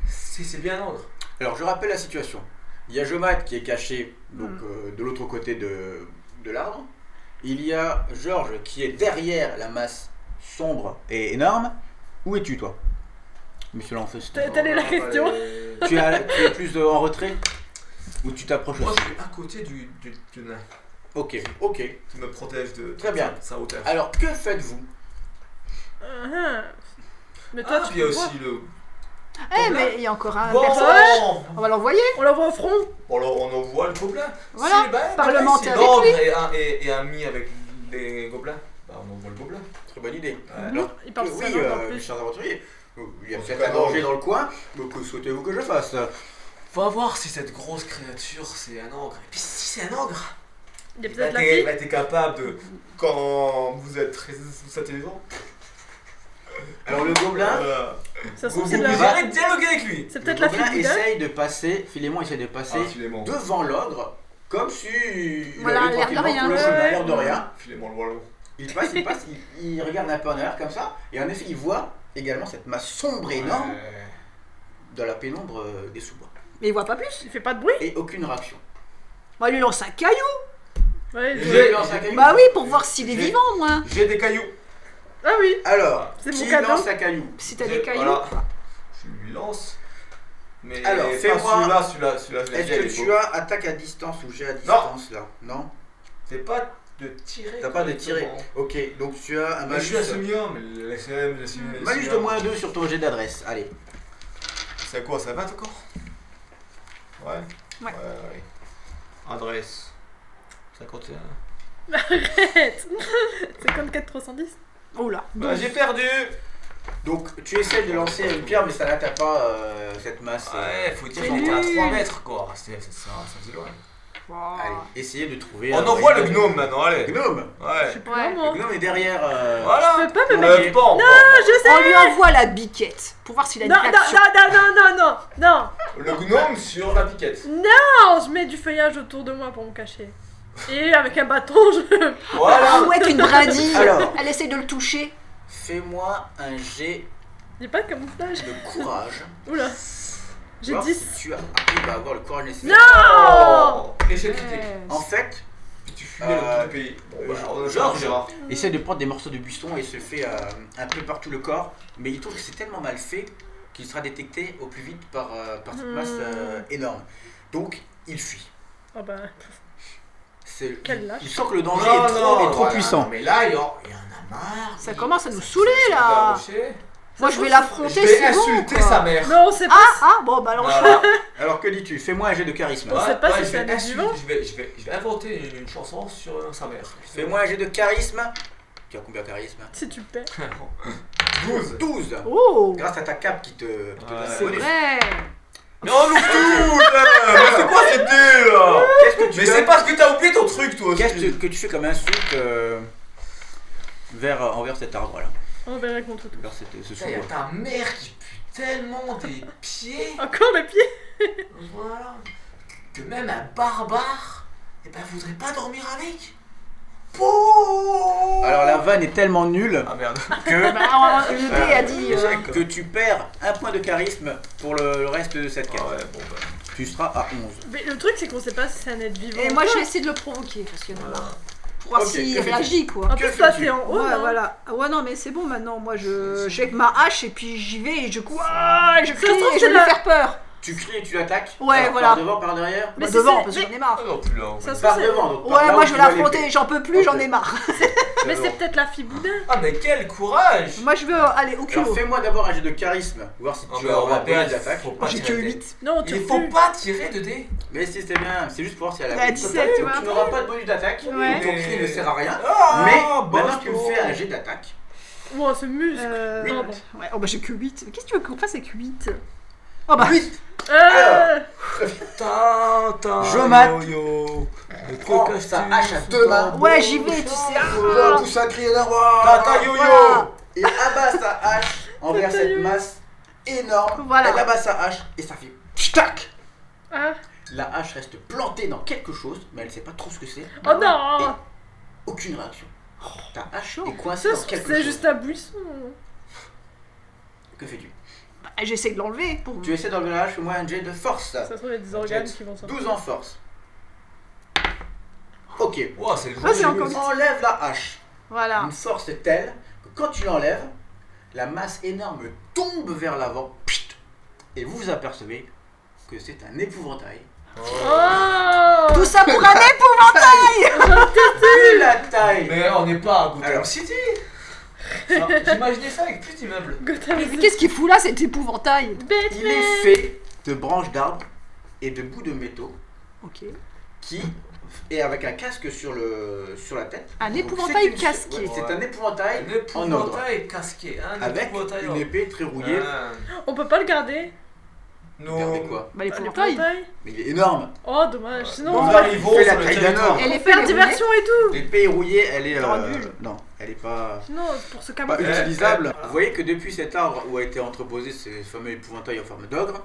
S5: si c'est bien un encre.
S3: Alors je rappelle la situation. Il y a Jomat qui est caché donc, euh, de l'autre côté de, de l'arbre. Il y a Georges qui est derrière la masse sombre et énorme. Où es-tu toi Monsieur Lanfeust.
S4: T'as- Telle est la question.
S3: tu, es à- tu es plus euh, en retrait Ou tu t'approches
S5: Moi,
S3: aussi
S5: je suis à côté du, du, du nain
S3: Ok, ok.
S5: qui me protège de
S3: Très bien.
S5: sa hauteur.
S3: Alors que faites-vous
S4: Ah, ah. Mais toi,
S5: Ah,
S4: tu
S5: puis il y a
S4: peux voir.
S5: aussi le.
S6: Eh, mais il y a encore un
S5: Bon,
S6: personnage. On va l'envoyer.
S4: On l'envoie au front.
S5: Bon, alors, on envoie le gobelin.
S6: Voilà,
S5: Si, bah,
S6: parlementer
S5: si
S6: avec
S5: l'ogre est un- est- est ami avec les gobelins, bah, on envoie le gobelin.
S3: Très bonne idée.
S5: Ouais.
S3: Alors,
S4: Il parle
S3: oui,
S4: sa langue en
S3: euh,
S4: plus.
S3: chers aventuriers, euh, il y a
S5: En tout
S3: peut-être
S5: cas,
S3: un
S5: non.
S3: danger dans le coin. Donc, que souhaitez-vous que je fasse
S5: Va voir si cette grosse créature c'est un ogre. Et puis si c'est un ogre,
S4: Il y a
S5: bah,
S4: peut-être la
S5: t'es
S4: fille.
S5: bah, t'es capable de. Quand vous êtes très vous êtes intelligent,
S3: Alors le gobelin,
S5: voilà.
S4: Ça se
S5: vous,
S4: trouve,
S5: vous,
S4: c'est de la-
S5: vous arrêtez de dialoguer avec lui.
S4: C'est
S3: le
S4: Euh, peut-être la
S3: gobelin
S4: fille du gars.
S3: essaye de passer, Philémon essaye de
S5: Ah,
S3: passer
S5: Filément.
S3: devant l'ogre, comme si il
S6: Voilà,
S3: avait
S6: l'air de
S3: tranquillement
S6: rien.
S3: tout le chemin,
S4: Ouais.
S3: l'air de rien.
S5: Filément le wallon.
S3: Il passe, il passe, il, il regarde un peu en arrière comme ça, et en effet, il voit également cette masse sombre et énorme
S5: Ouais.
S3: dans la pénombre euh, des sous-bois.
S6: Mais il voit pas plus.
S4: Il fait pas de bruit.
S3: Et aucune réaction.
S6: On va lui lancer un caillou.
S4: Ouais, il
S5: J'ai-
S4: doit-
S3: Je lance un caillou.
S6: Bah oui, pour voir s'il est
S5: J'ai-
S6: vivant, moi.
S5: J'ai des cailloux.
S4: Ah oui.
S3: Alors,
S4: C'est
S3: qui
S4: mon cadeau.
S3: lance un caillou
S6: Si t'as des
S5: Je-
S6: cailloux.
S5: voilà. Je lui lance. Mais
S3: Alors,
S5: pas
S3: fais-moi-
S5: celui-là, celui-là, celui-là, je l'ai
S3: Est-ce
S5: dit, elle est
S3: que tu
S5: beau.
S3: as attaque à distance ou j'ai à distance là Non
S5: T'es pas de tirer.
S3: T'as pas de tirer.
S5: correctement.
S3: Ok, donc tu as un
S5: Mais je
S3: malus. euh,
S5: suis à semi-homme, laissez-moi, laissez-moi.
S3: Malus de moins 2 sur ton jet d'adresse. Allez.
S5: C'est à quoi Ça va encore Ouais.
S6: Ouais.
S5: ouais. Adresse 51.
S4: Arrête. 54 310.
S6: Oh là.
S5: Bah, j'ai perdu
S3: Donc tu essaies de lancer une pierre, mais ça n'atteint pas euh, cette masse. euh.
S5: Ouais, faut dire
S6: C'est
S5: qu'on était à
S6: nul.
S5: 3 mètres quoi. C'est c'est ça, ça faisait loin.
S3: Allez,
S6: Wow.
S3: essayez de trouver.
S5: On
S3: un
S5: envoie le
S3: moyen de-
S5: gnome maintenant,
S3: Le
S5: allez.
S3: gnome
S4: Je
S5: Ouais.
S4: suis plus
S6: Ouais.
S4: là, moi.
S3: Le gnome est derrière. euh,
S5: Voilà.
S4: Je peux pas me
S5: On
S3: mettre-
S5: lève pas, on
S4: Non,
S5: prend
S4: Ah, Je sais.
S6: On lui envoie la biquette pour voir s'il a une
S4: Non, non,
S6: réaction.
S4: non, non, non, non, non,
S5: pas. Le gnome sur la piquette.
S4: non, je mets du feuillage autour de moi pour me cacher. Et avec un bâton, je.
S5: Voilà.
S6: Ah ouais, qu'une brindille.
S3: Alors.
S6: Elle essaie de le toucher.
S3: Fais-moi un jet
S4: J'ai pas de camouflage.
S3: de courage.
S6: ah,
S4: Oula. J'ai
S3: Voir
S4: 10.
S3: si tu arrives à avoir le courage nécessaire.
S6: ah,
S5: Oh Échec critique.
S6: Euh.
S3: en fait,
S5: Et tu fumais le
S3: Euh,
S5: tout le pays. Bon,
S3: euh,
S5: voilà, on a
S3: Georges.
S5: fait Gérard.
S3: essaie de prendre des morceaux de buisson et se fait euh, un peu partout le corps, mais il trouve que c'est tellement mal fait qu'il sera détecté au plus vite par, euh, par cette
S4: Hmm. Oh,
S3: masse euh, énorme. Donc il fuit.
S4: Ah bah.
S3: c'est-
S4: Quelle lâche.
S3: il sent que le danger
S5: Non,
S3: est trop,
S5: non,
S3: est trop
S5: voilà,
S3: puissant.
S5: non, mais là, il y en il y en a marre.
S6: Ça
S5: Il-
S6: commence à nous
S5: ça-
S6: saouler,
S5: ça- ça
S6: là.
S5: va rocher.
S6: Moi, je vais
S5: Je
S6: l'affronter,
S5: vais
S6: c'est bon,
S5: insulter
S6: quoi.
S5: sa mère.
S4: Non, c'est pas.
S6: Ah, ah, bon, bah alors.
S5: Voilà.
S3: Alors que dis-tu Fais-moi un jet de charisme.
S5: Ouais,
S4: sait pas
S5: ouais,
S4: si
S5: je
S4: c'est
S5: vais
S4: un
S5: insulter-
S4: vivant.
S5: Je vais, je vais, je vais inventer une, une chanson sur euh, sa mère.
S3: Fais-moi un jet de charisme. Tu as combien de charisme
S4: Si tu perds.
S5: 12.
S3: 12
S6: Oh
S3: Grâce à ta cape qui te, qui te
S5: Ouais.
S3: donne un
S6: C'est
S3: bonus.
S6: vrai
S5: Non, nous tout Mais c'est quoi cette idée là
S3: Qu'est-ce que tu
S5: Mais
S3: donnes-
S5: c'est parce que t'as oublié ton truc, toi.
S3: Qu'est-ce que, que tu fais comme insulte euh, vers, envers cet arbre là
S4: On verra contre tout.
S3: Vers cette- ce
S5: Putain, y a
S3: sous-bois
S5: ta mère qui pue tellement des pieds.
S4: Encore les pieds
S5: Voilà. Que même un barbare, eh ben, voudrait pas dormir avec. Pouh
S3: Alors la vanne est tellement nulle
S5: Ah merde.
S3: que,
S6: Bah, alors, le dé a dit.
S5: Ah,
S6: euh,
S3: que tu perds un point de charisme pour le, le reste de cette quête.
S5: Ah ouais, bon bah.
S3: Tu seras à 11.
S4: Mais le truc, c'est qu'on sait pas si c'est un être vivant.
S6: Et
S4: ou
S6: moi,
S4: pas.
S6: je vais essayer de le provoquer, parce qu'il y en a
S5: Voilà.
S6: marre. Pour voir
S3: Ok, que
S6: s'il
S3: fais-tu
S6: réagit, quoi.
S4: En
S3: Que
S4: plus, toi,
S3: fais-tu
S4: t'es en haut.
S6: ouais,
S4: hein.
S6: voilà. Ah Ouais, non, mais c'est bon maintenant. Moi, je j'ai avec ma hache et puis j'y vais et je coupe. Ah, je
S4: se
S6: crie
S4: trouve,
S6: et je
S4: c'est
S6: vais
S4: la-
S6: lui faire peur.
S3: Tu cries et tu attaques
S6: Ouais,
S3: Alors,
S6: voilà.
S3: Par devant, par derrière
S4: Mais
S6: Bah,
S4: si
S6: devant,
S4: c'est-
S6: parce que
S4: mais-
S6: j'en ai marre.
S5: Ah non, plus là. en fait.
S4: Ça se
S3: Par
S4: trouve, c'est-
S3: devant, donc par
S6: Ouais,
S3: là où
S6: moi, je
S3: tu
S6: vais
S3: vois
S6: l'affronter.
S3: l'épée.
S6: J'en peux plus, j'en ai marre.
S4: Mais c'est peut-être la fille boudin.
S5: Ah mais quel courage
S6: Moi, je veux euh, aller au
S3: Alors
S6: culot.
S3: fais-moi d'abord un jet de charisme, voir si
S5: Ah
S3: tu
S5: bah,
S3: vas avoir
S5: Robert,
S3: des attaques.
S5: faut pas
S6: J'ai que
S5: tirer de dés.
S6: 8.
S4: Non, tu
S5: Il faut
S4: refuses.
S5: pas tirer de dés.
S3: Mais si c'est bien, c'est juste pour voir si elle
S6: Elle
S3: a
S6: a
S3: la
S6: 17, tu vois.
S3: Tu n'auras pas de bonus d'attaque,
S6: Ouais.
S3: ton cri ne sert à rien.
S5: Ah,
S3: Mais
S5: bon,
S3: maintenant tu me
S5: bon.
S3: fais un jet d'attaque.
S4: Wow, ce muscle.
S6: Euh,
S4: Non, bon.
S6: ouais, oh bah j'ai que 8. Qu'est-ce que tu veux qu'on fasse avec 8 Oh bah.
S3: 8
S4: Euh,
S5: Ta, ta,
S3: Jomat.
S5: yo, yo.
S3: Prends sa Oh, hache à deux mains.
S6: Ouais, j'y vais, tu sais. Ah,
S3: Poussa, poussa, crier d'un roi
S5: Tata yo
S6: Voilà.
S3: Et
S5: yo.
S3: abat sa hache envers cette masse énorme.
S6: Voilà.
S3: Elle abat sa hache et ça fait tchtac
S4: ah.
S3: La hache reste plantée dans quelque chose, mais elle sait pas trop ce que c'est.
S4: Oh non Oh,
S3: Aucune réaction. Ta hache est
S4: Ça,
S3: coincée dans quelque
S4: C'est
S3: chose.
S4: juste un buisson.
S3: Que fais-tu
S6: Ah, J'essaie de l'enlever pour.
S3: Tu essaies d'enlever la hache, fais-moi un jet de force.
S4: Ça se trouve, il y a des organes qui vont sortir.
S3: 12 en force. Ok.
S5: Wow, c'est le
S6: Ah, c'est
S5: jeu.
S6: encore-
S3: Enlève la hache.
S4: Ah.
S6: Voilà.
S3: Une force telle que quand tu l'enlèves, la masse énorme tombe vers l'avant. pchit, Et vous vous apercevez que c'est un épouvantail.
S6: Tout
S4: Oh
S6: ça pour un épouvantail
S3: Plus la taille
S5: Mais on n'est pas à Gotham
S3: Alors.
S5: City. Ça, J'imaginais ça avec plus d'immeubles.
S4: Gotham
S6: Mais Qu'est-ce qu'il fout là cet épouvantail
S3: Il est fait de branches d'arbres et de bouts de métaux
S6: Ok.
S3: qui, et avec un casque sur, le, sur la tête.
S6: Un
S3: Donc
S6: épouvantail
S3: c'est une-
S6: casqué.
S3: ouais, C'est un épouvantail
S5: Un
S3: en ordre.
S5: épouvantail casqué, hein, un
S3: Avec
S5: épouvantail
S3: une
S5: en-
S3: épée très rouillée.
S5: Ah.
S4: On peut pas le garder.
S3: Regardez quoi
S6: Bah
S4: Ah, les
S6: l'épouvantail.
S4: portails.
S3: Mais il est énorme
S4: Oh, dommage. Sinon,
S5: Nous
S4: on
S3: Bon,
S4: va
S3: bah,
S5: arrivons
S3: fait la
S5: sur le
S3: taille d'un
S5: territoire.
S3: homme.
S6: Elle est
S4: faire
S6: les
S4: diversion et tout.
S3: L'épée est rouillée, elle est. euh,
S6: T'auras nul.
S3: non, elle est pas.
S4: Non, pour se
S3: pas
S4: camoufler.
S5: Euh,
S3: utilisable.
S5: euh, voilà.
S3: Vous voyez que depuis cet arbre où a été entreposé ce fameux épouvantail en forme d'ogre,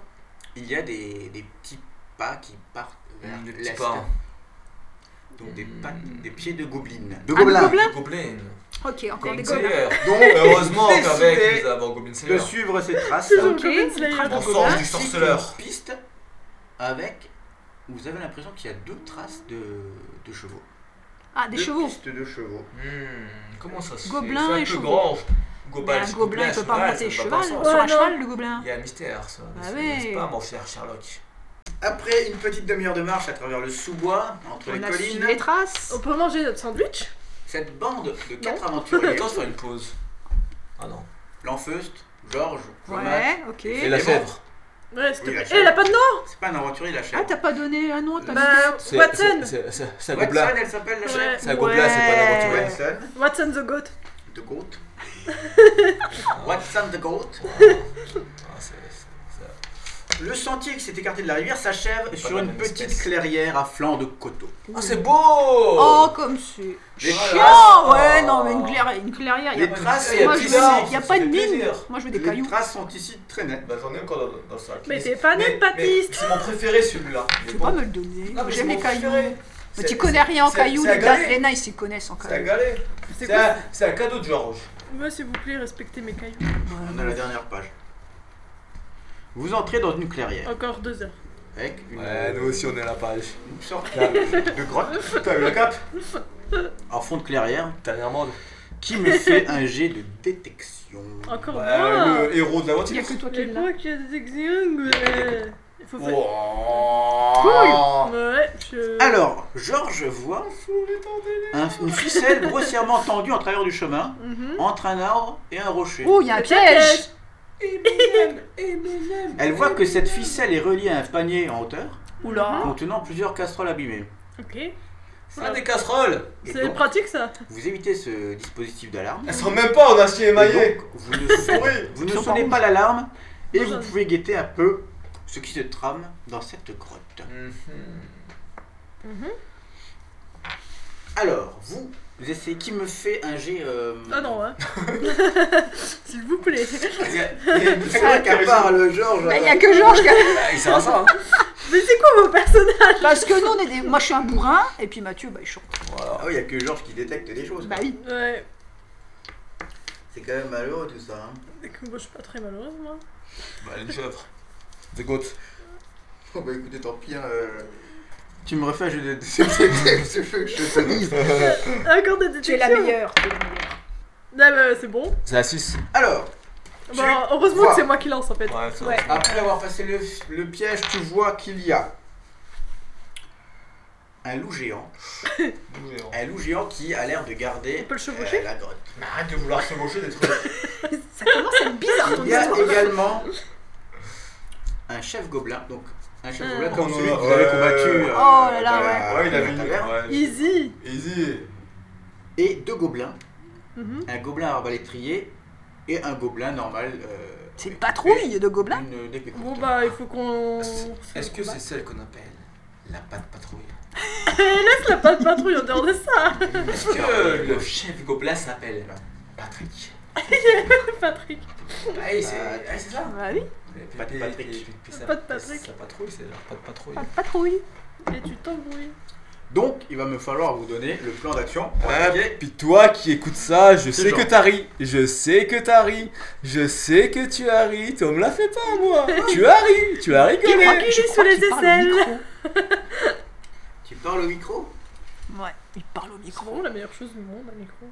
S3: il y a des, des petits pas qui partent vers
S5: Des petits
S3: l'est.
S5: pas.
S3: Donc des, pas-
S5: Mm.
S3: des pieds de gobelins. De
S6: gobelins.
S3: gobelins
S5: Des Gobelins.
S6: Ok, encore des
S5: Goblin
S6: gobelins.
S5: Slayer.
S3: Donc,
S5: Heureusement qu'avec
S3: décidez
S5: nous avons Goblin Slayer.
S3: de suivre ces traces.
S4: Toujours
S6: Ok,
S4: Goblin
S6: c'est
S4: Slayer.
S6: très bon.
S5: On
S6: Gobelins.
S5: sort du
S3: ainsi qu'une
S5: sorceleur.
S3: piste avec. Vous avez l'impression qu'il y a deux traces de, de chevaux.
S6: Ah, des
S3: deux
S6: chevaux.
S3: pistes de chevaux.
S5: Hmm, Comment ça se fait
S6: Gobelins
S5: C'est un
S6: et
S5: peu
S6: chevaux.
S5: grand.
S6: Mais
S5: Gobal-
S6: un gobelin, il peut pas
S5: cheval,
S6: monter
S5: ça ne va
S6: cheval.
S5: pas
S6: Sur
S5: ensemble.
S4: Ouais,
S6: un
S4: non.
S6: cheval, le gobelin.
S5: Il y a un mystère, ça.
S6: Bah
S5: C'est-
S6: ouais.
S5: C'est pas mon cher Sherlock.
S3: Après une petite demi-heure de marche à travers le sous-bois, entre
S6: On
S3: les
S6: a suivi
S3: collines,
S6: les traces.
S4: On peut manger notre sandwich
S3: cette bande de quatre aventuriers,
S5: Attends, de faire une pause. Ah non.
S3: L'enfeust, Georges, Jomat,
S6: Ouais, ok.
S5: Et
S3: Oh, la
S5: la
S3: chèvre.
S5: chèvre.
S4: Ouais, s'il te
S3: Oui, la
S4: plaît. Eh,
S3: chèvre.
S4: elle a pas de nom
S3: c'est pas un aventurier, la
S6: Ah,
S3: chèvre.
S6: t'as pas donné un nom, t'as
S3: La-
S6: dit-
S4: Bah, Watson
S5: C'est un
S3: Watson,
S5: gobelin.
S3: elle s'appelle la chèvre.
S4: Ouais.
S5: C'est un gobelin, c'est pas un
S6: Ouais.
S5: aventurier.
S3: Watson,
S4: Watson the Goat.
S3: the goat. Watson the goat.
S5: Ah, c'est- c'est- c'est-
S3: Le sentier qui s'est écarté de la rivière s'achève
S5: Pas
S3: sur
S5: la
S3: une
S5: même
S3: petite
S5: espèce.
S3: clairière à flanc de coteau.
S5: Ah, c'est beau
S6: Oh, comme c'est
S3: Les
S6: chiant
S3: traces.
S6: Ouais, non, mais une, clairière, une clairière, il y a
S3: Les
S6: pas
S3: traces,
S5: il y a
S6: Moi,
S5: plus
S6: je
S5: d'arbres,
S6: veux- il y a
S5: ça
S6: pas de
S5: fait
S6: mine.
S5: plaisir.
S6: Moi, je veux des
S3: Les
S6: cailloux.
S3: traces sont ici très nettes.
S5: Bah, j'en ai encore dans, dans le sac.
S4: Mais t'es pas nul,
S5: Mais-
S4: Baptiste
S5: mais C'est mon préféré celui-là. Mais
S6: Tu peux
S5: bon.
S6: pas me le donner.
S5: Non, mais c'est
S6: J'aime
S5: mon
S6: les cailloux.
S5: préféré.
S6: Mais
S5: C'est-
S6: tu connais rien en
S5: c'est-
S6: cailloux,
S5: c'est à
S6: les, gars-
S5: galer.
S6: les nains ils s'y connaissent hein, en
S5: C'est un
S6: cailloux.
S5: galet. C'est
S4: C'est quoi
S5: un, c'est un cadeau de Georges.
S4: Moi, s'il vous plaît, respectez mes cailloux.
S3: On a la dernière page. Vous entrez dans une clairière
S4: Encore deux heures.
S3: avec une,
S5: aussi on est à la page.
S3: une sorte de, de grotte.
S5: T'as eu la cape
S3: En fond de clairière,
S5: T'as l'amende.
S3: qui me fait un jet de détection.
S4: Encore
S5: Bah,
S4: moins
S5: le héros de
S6: Il y a
S5: l'aventure.
S6: que toi qui
S4: Les
S6: l'as.
S4: quoi qui a des exigences, ouais. Il faut faire.
S3: Wow.
S4: Ouais, je.
S3: Alors, Georges voit un- une ficelle grossièrement tendue en travers du chemin,
S4: Mhm.
S3: entre un arbre et un rocher.
S6: Oh, il y a un
S4: Le
S6: piège
S3: Elle voit que cette ficelle est reliée à un panier en hauteur,
S6: Oula
S3: contenant plusieurs casseroles abîmées.
S4: Ok.
S7: Ah, des casseroles
S3: Et
S4: C'est
S3: donc,
S4: pratique ça
S3: vous évitez ce dispositif d'alarme.
S5: Elles sont même pas en acier
S3: Et
S5: émaillé.
S3: donc, vous ne,
S5: Oui.
S3: vous ne sonnez pas l'alarme et
S4: Non,
S3: vous
S4: j'en-
S3: pouvez guetter un peu ce qui se trame dans cette grotte. Alors, vous, vous essayez qui me fait un jet. euh,
S4: Ah non, hein. S'il vous plaît.
S3: C'est vrai qu'à part le Euh, Georges.
S6: Bah, il n'y a que Georges qui a-
S7: Ah, Il sert à ça, hein
S4: Mais c'est quoi vos personnages
S6: Parce que nous, on est des... moi je suis un bourrin, et puis Mathieu, bah, il chante.
S3: Ah oui, il n'y a que Georges qui détecte des choses.
S6: Bah oui.
S4: Ouais.
S3: C'est quand même malheureux tout ça. hein.
S4: Écoute, moi, je suis pas très malheureuse, moi.
S5: Bah, elle est chèvre. T'écoutes.
S3: Bon bah écoutez, tant pis. hein, euh, Tu me refais un jeu de détective, je veux que je te dise.
S4: Ah, Encore des détections.
S6: Tu es la meilleure. tu es la meilleure.
S4: Ah bah, c'est bon.
S7: C'est la 6.
S3: Alors, Tu
S4: Bah, heureusement
S3: vois.
S4: que c'est moi qui lance en fait.
S7: Ouais, ça.
S6: Ouais.
S3: après avoir passé le, le piège, tu vois qu'il y a un loup géant. Un loup géant qui a l'air de
S4: On
S3: garder
S4: peut le
S3: euh,
S4: chevaucher
S3: la grotte.
S5: Mais arrête de vouloir se mocher des trucs.
S6: Ça commence à être bizarre ton
S3: Il y a
S6: histoire.
S3: également un chef gobelin, donc un chef
S4: Ah.
S3: gobelin comme
S5: Oh,
S3: celui que vous
S5: ouais.
S3: avez combattu. euh,
S6: Oh là là,
S3: dans la-
S5: Ouais, il
S3: dans la
S5: avait une.
S3: taverne.
S5: Ouais.
S4: Ah, Easy.
S5: Easy.
S3: Et deux gobelins,
S4: Mhm.
S3: un gobelin arbalétrier et un gobelin normal. euh,
S6: C'est une
S3: avec-
S6: patrouille de gobelins.
S3: Une épée courte.
S4: Bon bah, il faut qu'on.
S7: Est-ce que c'est celle qu'on appelle la patte patrouille
S4: Laisse la patte patrouille en dehors de ça,
S7: Est-ce que le chef gobelin s'appelle Patrick
S4: Patrick.
S7: Ah, et c'est ah, c'est ça
S6: Bah oui,
S3: Patte Patrick.
S4: Patte Patrick.
S7: La patrouille, c'est la patte patrouille.
S6: pas de patrouille.
S4: Et tu t'embrouilles.
S3: Donc, il va me falloir vous donner le plan d'action. pour
S5: Ouais,
S3: attaquer.
S5: pis toi qui écoutes ça, je sais
S3: genre.
S5: que t'as ri, je sais que t'as ri, je sais que tu as ri, toi me la fais pas à moi, tu as ri, tu as
S4: Il
S5: rigolé.
S4: est sur les
S6: qu'il parle au
S4: aisselles.
S3: Tu parles au micro
S6: Ouais, il parle au
S4: C'est
S6: micro.
S4: vraiment la meilleure chose du monde, un micro.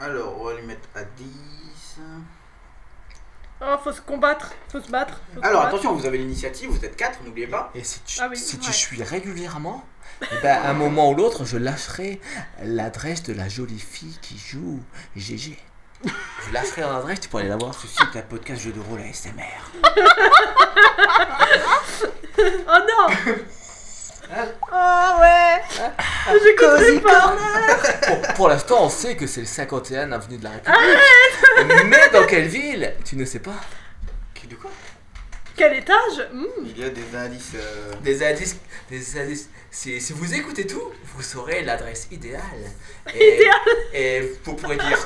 S3: Alors, on va lui mettre à 10.
S4: Oh, faut se combattre, faut se battre. faut se
S3: Alors,
S4: battre.
S3: attention, vous avez l'initiative, vous êtes 4, n'oubliez pas.
S5: Et si tu,
S4: Ah oui,
S5: si tu
S4: ouais.
S5: suis régulièrement, eh ben, à un moment ou l'autre, je lâcherai l'adresse de la jolie fille qui joue GG. Je lâcherai leur adresse, tu pourras aller la voir.
S3: Ceci est un podcast jeu de rôle ASMR.
S4: Oh non
S6: Oh ouais
S3: Ah,
S4: J'ai compris pas
S5: Pour, pour l'instant, on sait que c'est le 51 avenue de la République. Mais dans quelle ville Tu ne sais pas.
S3: De quoi
S4: Quel étage Hmm.
S3: Il y a des indices. euh,
S5: Des indices, des indices. Si, si vous écoutez tout, vous saurez l'adresse idéale. Et, et vous pourrez dire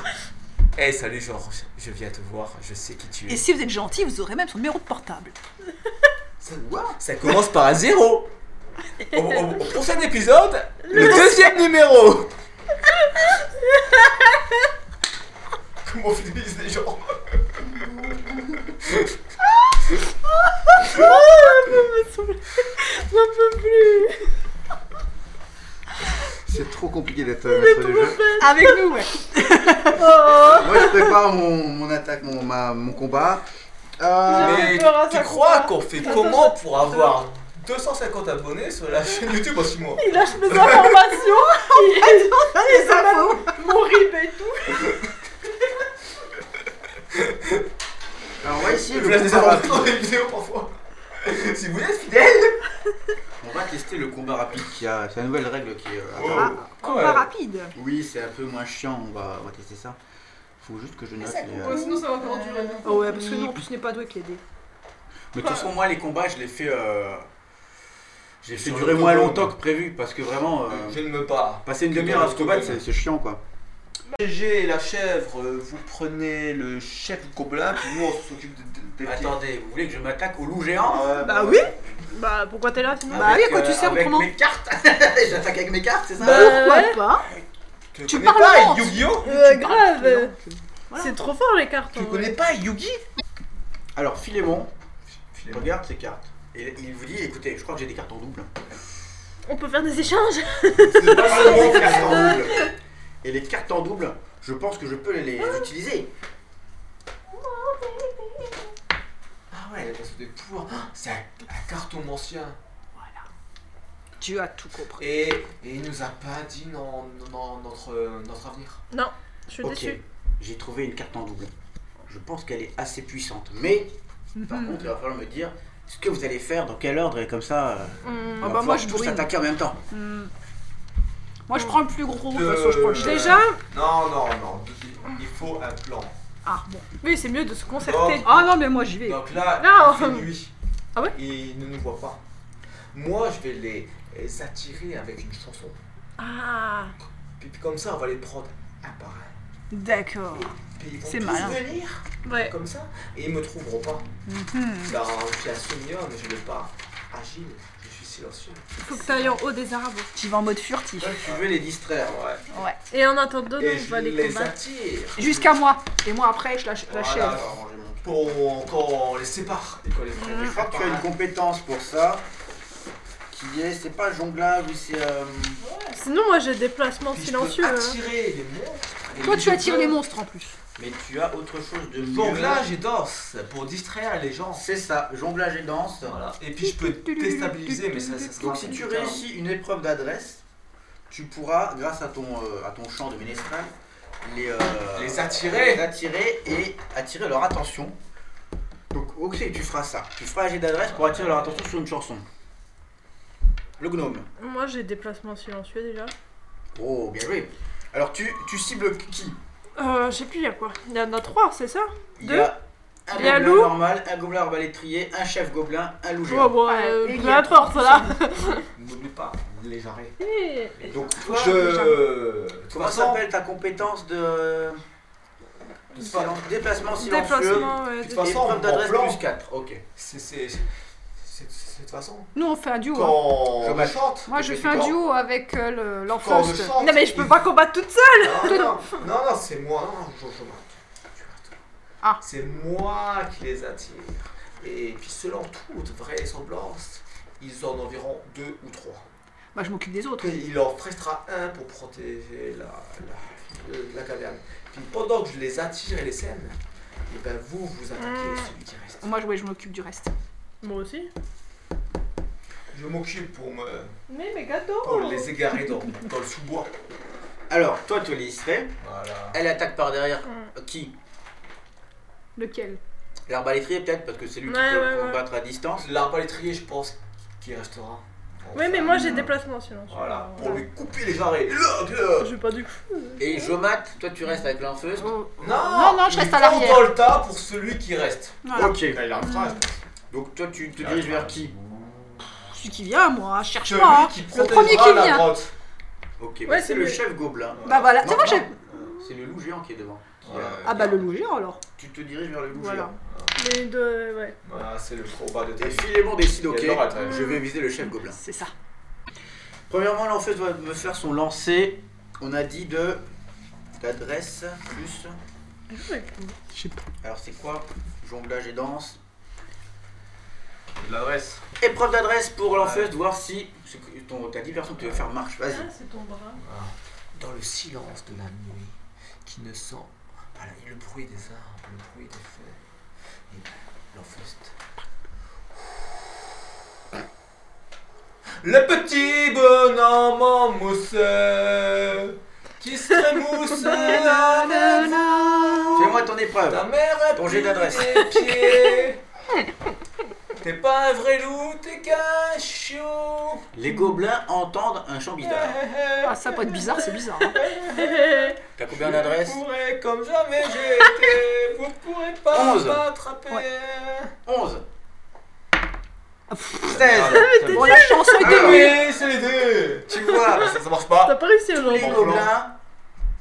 S5: Hé, salut Georges, je viens te voir, je sais qui tu
S6: Et
S5: es.
S6: si vous êtes gentil, vous aurez même son numéro de portable.
S3: Ça quoi
S5: Ça commence par un zéro. Au, au- au prochain épisode, le, deuxième numéro
S7: Comment finissent les gens
S3: C'est trop compliqué d'être euh, maître de jeu.
S6: Avec nous, ouais.
S4: Oh.
S3: Moi, je prépare mon, mon attaque, mon, ma- mon combat. Euh,
S4: J'ai
S5: Mais
S4: peur à
S5: tu
S4: ça,
S5: crois
S4: quoi.
S5: qu'on fait
S4: Attends,
S5: comment pour avoir 250 abonnés sur la chaîne YouTube en 6 mois
S4: Il lâche mes informations Il il
S6: ça
S4: donne mon rib et tout
S3: alors, on va essayer
S5: Je vous
S3: le
S5: laisse des
S3: combat
S5: abonnés dans
S3: rapide.
S5: les vidéos parfois. si vous êtes fidèles
S3: On va tester le combat rapide qui a. C'est la nouvelle règle qui est. euh,
S5: Oh.
S6: Pas rapide.
S3: Oui, c'est un peu moins chiant, on va, on va tester ça. Faut juste que je note. les, euh,
S4: Sinon ça va encore durer. hein.
S6: Oh ouais, parce que nous, en plus, on n'est pas doué avec les dés.
S3: euh, Mais de toute façon, moi, les combats, je les fais. Euh... J'ai fait
S5: Sur
S3: durer
S5: le
S3: moins
S5: combat,
S3: longtemps que prévu parce que vraiment, euh,
S5: Je ne me pas.
S3: passer une
S5: que
S3: demi-heure
S5: dans
S3: à se
S5: le
S3: combattre,
S5: combat.
S3: c'est c'est chiant quoi.
S5: GG et la chèvre, euh, vous prenez le chef gobelin, puis nous on s'occupe de- de- des pieds.
S3: Attendez, vous voulez que je m'attaque au loup géant
S5: Ouais,
S6: Bah oui
S4: Bah pourquoi t'es là sinon
S5: Ah
S6: Bah oui, à quoi tu sers
S2: euh,
S3: Avec
S6: autrement
S3: mes cartes J'attaque avec mes cartes, c'est ça
S4: Bah, ouais.
S6: Pourquoi pas
S5: Tu,
S6: Tu
S5: connais
S6: parles
S5: pas
S6: lente.
S5: Yu-Gi-Oh
S4: Euh,
S6: Tu
S4: grave
S6: parles, non, Voilà.
S4: C'est trop fort les cartes
S5: Tu
S4: en
S5: connais
S4: vrai.
S5: pas Yugi
S3: Alors, Philémon, regarde ces cartes. Et il vous dit écoutez, je crois que j'ai des cartes en double.
S4: On peut faire des échanges
S3: C'est pas
S5: Ah
S3: vraiment des cartes en double. Et les cartes en double, je pense
S6: Ah.
S3: que je peux les, les utiliser.
S7: Ah ouais,
S5: elle a des pouvoirs. Ah, C'est un, un cartomancien.
S6: Voilà. Tu as tout compris.
S5: Et, et il nous a pas dit non, non, non, notre, euh, notre avenir.
S4: Je suis
S2: Ok,
S4: déçue.
S2: j'ai trouvé une carte en double. Je pense qu'elle est assez puissante. Mais,
S6: Mhm.
S2: par contre, il va falloir me dire ce que vous allez faire, dans quel ordre, et comme ça, euh,
S4: Hmm.
S2: on va
S6: bah,
S2: pouvoir
S6: moi, je
S2: tous
S6: brûle.
S2: attaquer en même temps.
S6: Hmm. Moi, je prends le plus gros. De toute
S5: De-
S6: façon, je prends le
S4: Déjà,
S5: Euh, Non, non, non. Il faut un plan.
S6: Ah, bon.
S4: oui, c'est mieux de se
S5: Bon.
S4: concerter.
S6: Ah non, mais moi, j'y vais.
S5: Donc là,
S4: Non.
S5: il fait nuit.
S4: Ah ouais
S5: Ils ne nous voient pas. Moi, je vais les les attirer avec une chanson.
S4: Ah,
S5: Puis puis comme ça, on va les prendre un par un.
S6: D'accord.
S5: Puis ils vont
S6: C'est
S5: tous
S6: malin. Euh.
S5: venir
S4: ouais.
S5: comme ça et ils me trouveront pas. Bah,
S6: Mhm.
S5: Car je suis un seigneur, mais je ne suis pas agile, je suis silencieux.
S4: Il faut que tu ailles en haut des arbres.
S6: J'y vais en mode furtif.
S2: Toi, tu veux les distraire.
S6: Oh
S5: Ouais.
S4: Et en attendant,
S5: Et
S4: on
S5: je
S4: va les
S5: les
S4: combattre.
S5: attire.
S6: Jusqu'à moi. Et moi, après, je lâche la
S5: Voilà.
S6: chaîne.
S5: Pour quand on les sépare et qu'on
S6: Mm-hmm.
S5: les prenne.
S2: Je crois que tu as une compétence pour ça. Qui est, c'est pas jonglable, c'est. euh,
S4: Sinon, moi, j'ai des placements
S5: Puis je peux
S4: silencieux. hein.
S5: Attirer les monstres. et
S6: Toi,
S5: les
S6: tu attires
S5: gens.
S6: les monstres en plus.
S2: Mais tu as autre chose de mieux.
S5: Jonglage et danse pour distraire les gens.
S2: c'est ça, jonglage et danse.
S5: Voilà. Et puis je peux déstabiliser, mais ça, ça sera.
S2: Donc si tu réussis une épreuve d'adresse, tu pourras, grâce à ton, euh, à ton champ de ménestrel, les, euh,
S5: Les attirer.
S2: les attirer et attirer leur attention. Donc ok, tu feras ça. Tu feras un jet d'adresse pour attirer leur attention sur une chanson. Le gnome.
S4: Moi, j'ai des placements silencieux déjà.
S2: Oh, bien joué. Alors tu, tu cibles qui
S4: Euh, je sais plus, il y a quoi Il y en a trois, c'est ça
S2: Il y
S4: Deux.
S2: a un
S4: Il y a
S2: gobelin
S4: loup.
S2: normal, un gobelin arbalétrier, un chef gobelin, un loup
S4: Oh,
S2: géant.
S4: bon,
S6: Ouais,
S4: euh,
S6: et il y
S4: peu
S6: a
S4: importe, là.
S5: N'oublie pas les jarrets.
S4: Eh,
S2: Donc toi,
S5: Je.
S4: oh.
S2: comment s'appelle ta compétence de... de silence- déplacement silencieux
S4: Déplacement, ouais,
S5: tu
S4: dé-
S5: vas- façon,
S2: Épreuve
S5: en
S2: d'adresse
S5: plan.
S2: plus 4, ok.
S5: C'est. C'est. c'est- c'est de toute façon. Ah bah,
S6: Nous, on fait un duo. hein.
S5: Quand.
S2: Je
S5: on
S2: me
S5: chante.
S6: Moi, je fais un duo avec euh, le-
S5: Quand on me
S6: l'enfance.
S5: chante.
S4: Non, mais je peux pas combattre toute seule
S5: Non, non, non, non, c'est moi. Non, non, je, je m'arrête. Tu arrêtes.
S6: Ah.
S5: C'est moi qui les attire. Et puis selon toute vraisemblance, ils en ont environ deux ou trois.
S6: Moi, Bah, je m'occupe des autres.
S5: Puis il en restera un pour protéger la, la, le- la caverne. Puis pendant que je les attire et les sème, et ben vous, vous attaquez
S4: Mm.
S5: celui qui reste.
S6: Moi, je- ouais, je m'occupe du reste.
S4: Moi aussi.
S5: Je m'occupe pour, me,
S4: Mais mes gâteaux
S5: pour les égarer dans, dans le sous-bois.
S2: Alors, toi, tu les distrais.
S5: Voilà.
S2: Elle attaque par derrière.
S4: Mm.
S2: Euh, Qui
S6: Lequel
S2: L'arbalétrier, peut-être, parce que c'est lui
S4: Ouais,
S2: qui peut
S4: ouais,
S2: combattre à distance.
S5: L'arbalétrier, je pense qu'il restera.
S4: Ouais, mais moi, j'ai des placements silencieux.
S5: Voilà, pour lui couper les jarrets. Là, là.
S4: J'ai pas du coup.
S2: Et Jomat, toi, tu restes avec l'infeuse.
S6: Oh.
S5: Non,
S6: Non, non, je
S5: il
S6: reste
S5: prend
S6: à l'arrière. Hmm.
S5: dans le tas pour celui qui reste.
S6: Voilà.
S2: Ok.
S5: Ah, il a
S2: Donc, toi, tu te diriges vers qui
S6: Celui qui vient, moi, je cherche
S5: Celui
S6: pas. hein.
S5: qui protégera
S6: Le premier qui
S5: la
S6: vient.
S5: grotte.
S2: Ok, bah,
S4: Ouais,
S2: c'est
S4: c'est
S2: le
S4: lui.
S2: chef gobelin.
S6: Bah voilà, c'est
S2: Non,
S6: moi,
S2: non,
S6: j'ai.
S2: euh, C'est le loup géant qui est devant. Qui,
S5: Ouais.
S2: euh,
S6: Ah bah, le loup géant alors.
S2: Tu te diriges vers le loup
S6: Voilà.
S2: géant.
S4: Les deux, ouais.
S5: Voilà, c'est le combat de
S2: Et
S5: défi.
S2: Philémon décide, ok,
S5: Il y a le droit, ouais.
S2: je vais viser le chef gobelin.
S6: C'est ça.
S2: Premièrement, l'enfeuse doit me faire son lancer. On a dit de. d'adresse plus.
S4: Ouais.
S2: Alors, c'est quoi Jonglage et danse.
S5: L'adresse.
S2: Épreuve d'adresse pour l'enfeuse, de voir si ce que- ton- ta diversion que tu veux faire marche. Vas-y.
S4: Ah, c'est ton bras.
S5: Dans le silence de la nuit, qui ne sent pas la- le bruit des arbres, le bruit des feuilles, et ben, l'enfeste. Le petit bonhomme en mousse qui se mousse avec
S2: Fais-moi ton épreuve.
S5: Ta mère a
S2: Ton
S5: pris
S2: jet d'adresse.
S5: des pieds. T'es pas un vrai loup, t'es qu'un chiot.
S2: Les gobelins entendent un chant bizarre.
S6: Ah, ça peut être bizarre, c'est bizarre. hein.
S2: T'as combien d'adresses
S5: Vous pourrez comme jamais j'ai été. Vous pourrez pas
S2: Onze.
S5: m'attraper.
S2: 11.
S6: Ah,
S2: 16.
S6: Bon, la chanson est
S2: Ah,
S6: dénudée.
S5: Oui, c'est les deux. Ah,
S2: Tu vois,
S5: Ça, ça marche pas.
S4: T'as pas réussi aujourd'hui.
S2: les gobelins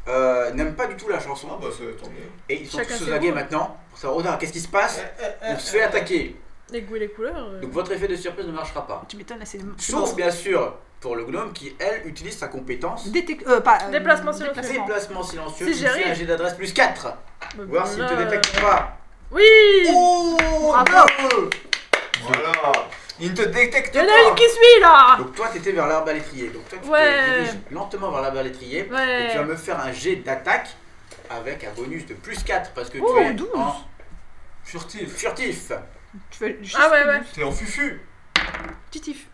S2: euh, n'aiment pas du tout la chanson.
S5: Ah bah c'est tant mieux.
S2: Et ils sont
S4: Chacun
S2: tous
S4: ses
S2: zagués
S4: rôles.
S2: maintenant pour savoir, oh non, qu'est-ce qui se passe On se fait attaquer.
S4: Les goûts et les couleurs. euh.
S2: Donc votre effet de surprise ne marchera pas.
S6: Tu m'étonnes, là, c'est. c'est
S2: Sauf
S6: bon.
S2: bien sûr pour le gnome qui, elle, utilise sa compétence.
S6: Détec- euh, pas, euh,
S4: Déplacement silencieux.
S6: déplacement.
S2: Déplacement silencieux,
S4: Si
S2: tu
S4: j'y
S2: fais un
S4: arrive.
S2: jet d'adresse plus 4.
S4: Bah,
S2: Voir s'il te
S4: là,
S2: détecte
S4: euh,
S2: pas.
S4: Oui
S2: Oh
S6: Bravo.
S2: bravo
S5: Voilà. Il ne te détecte
S4: Y'en a une qui suit là
S2: Donc toi t'étais vers l'arbalétrier, donc toi tu te
S4: Ouais.
S2: diriges lentement vers l'arbalétrier et tu vas
S4: Ouais.
S2: me faire un jet d'attaque avec un bonus de plus 4 parce que
S6: Oh,
S2: tu es
S6: 12.
S2: en
S5: Furtif.
S2: furtif.
S6: Tu veux, je
S4: Ah
S6: sais
S4: ouais,
S6: plus.
S4: ouais.
S5: T'es en fufu
S6: Titif.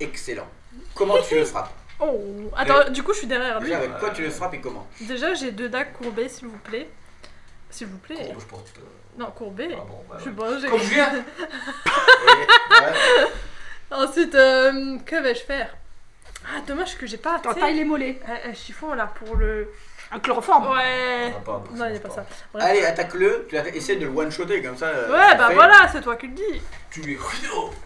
S2: Excellent. Comment tu le frappes
S4: Oh Attends, du coup, je suis derrière lui.
S2: Déjà, avec quoi tu le frappes et comment
S4: Déjà, j'ai deux dagues courbées, s'il vous plaît. S'il vous plaît.
S5: Courbe, je pense. euh,
S4: Non, courbées.
S5: ah bon, bah,
S4: Je
S5: ouais.
S4: suis bon, j'ai-
S5: Comme je viens
S2: Eh,
S4: Ensuite, euh, que vais-je faire Ah, dommage que j'ai pas.
S6: Attends,
S4: tu sais,
S6: taille les mollets.
S4: un- un Eh, chiffon là pour le.
S6: Un chloroforme.
S4: Ouais.
S5: Ah,
S2: bah,
S5: pas un peu,
S4: Non, il n'est
S5: je
S4: pas
S5: pense
S4: ça.
S2: Et- Allez, attaque-le. Tu as- essaie de le one-shotter comme ça. euh,
S4: Ouais,
S2: ça
S4: bah
S2: fait.
S4: voilà, c'est toi qui le dis.
S5: Tu lui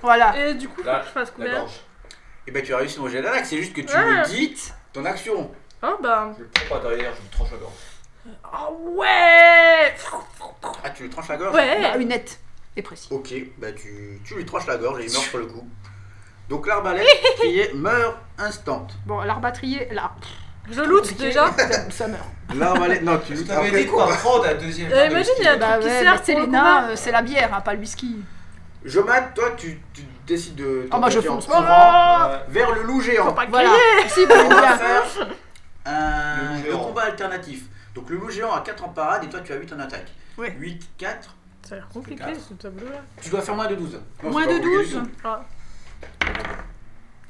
S6: Voilà.
S4: Et du coup, faut
S5: Là,
S4: que je fasse
S5: la
S4: combien
S5: gorge.
S2: Et bah tu as réussi mon jet d'attaque. C'est juste que tu
S4: Ouais.
S2: me dis ton action.
S4: Oh bah.
S5: Je le prends pas derrière, je lui tranche la gorge.
S4: Oh ouais
S2: Ah, tu lui tranches la gorge
S6: Bah,
S4: Ouais
S6: une nette et précis.
S2: Ok, bah tu, tu lui tranches la gorge et il meurt sur le coup. Donc l'arbalète qui est meurt instant.
S6: Bon, l'arbatrier, là.
S4: Je loot
S6: compliqué.
S4: déjà.
S6: Ça meurt.
S2: L'arbalète. Non, tu
S5: Je
S2: lui
S5: t'avais dit qu'on va prendre la deuxième.
S4: Euh, imagine, il y a un
S6: Bah
S4: truc qui
S6: ouais,
S4: sert
S6: mais
S4: pour
S6: c'est
S4: le
S6: les nains,
S4: combat.
S6: euh, c'est la bière, hein, pas le whisky.
S2: Jomat, toi tu, tu décides de.
S6: Ah, bah, je
S2: t'en
S6: fonce. Oh
S2: en courant Vers le loup géant.
S4: Faut pas
S6: Voilà.
S4: crier
S6: Si,
S2: On
S6: bon,
S2: va
S6: bien.
S2: faire un
S5: Le loup
S2: le
S5: géant.
S2: combat alternatif. Donc le loup géant a 4 en parade et toi tu as 8 en attaque.
S6: Ouais.
S2: 8, 4.
S4: Ça a l'air compliqué
S5: Quatre.
S4: ce tableau là.
S2: Tu dois faire moins de 12. Non, c'est
S6: Moins
S2: pas
S6: de
S2: compliqué du
S6: 12.
S2: tout.
S4: Ah.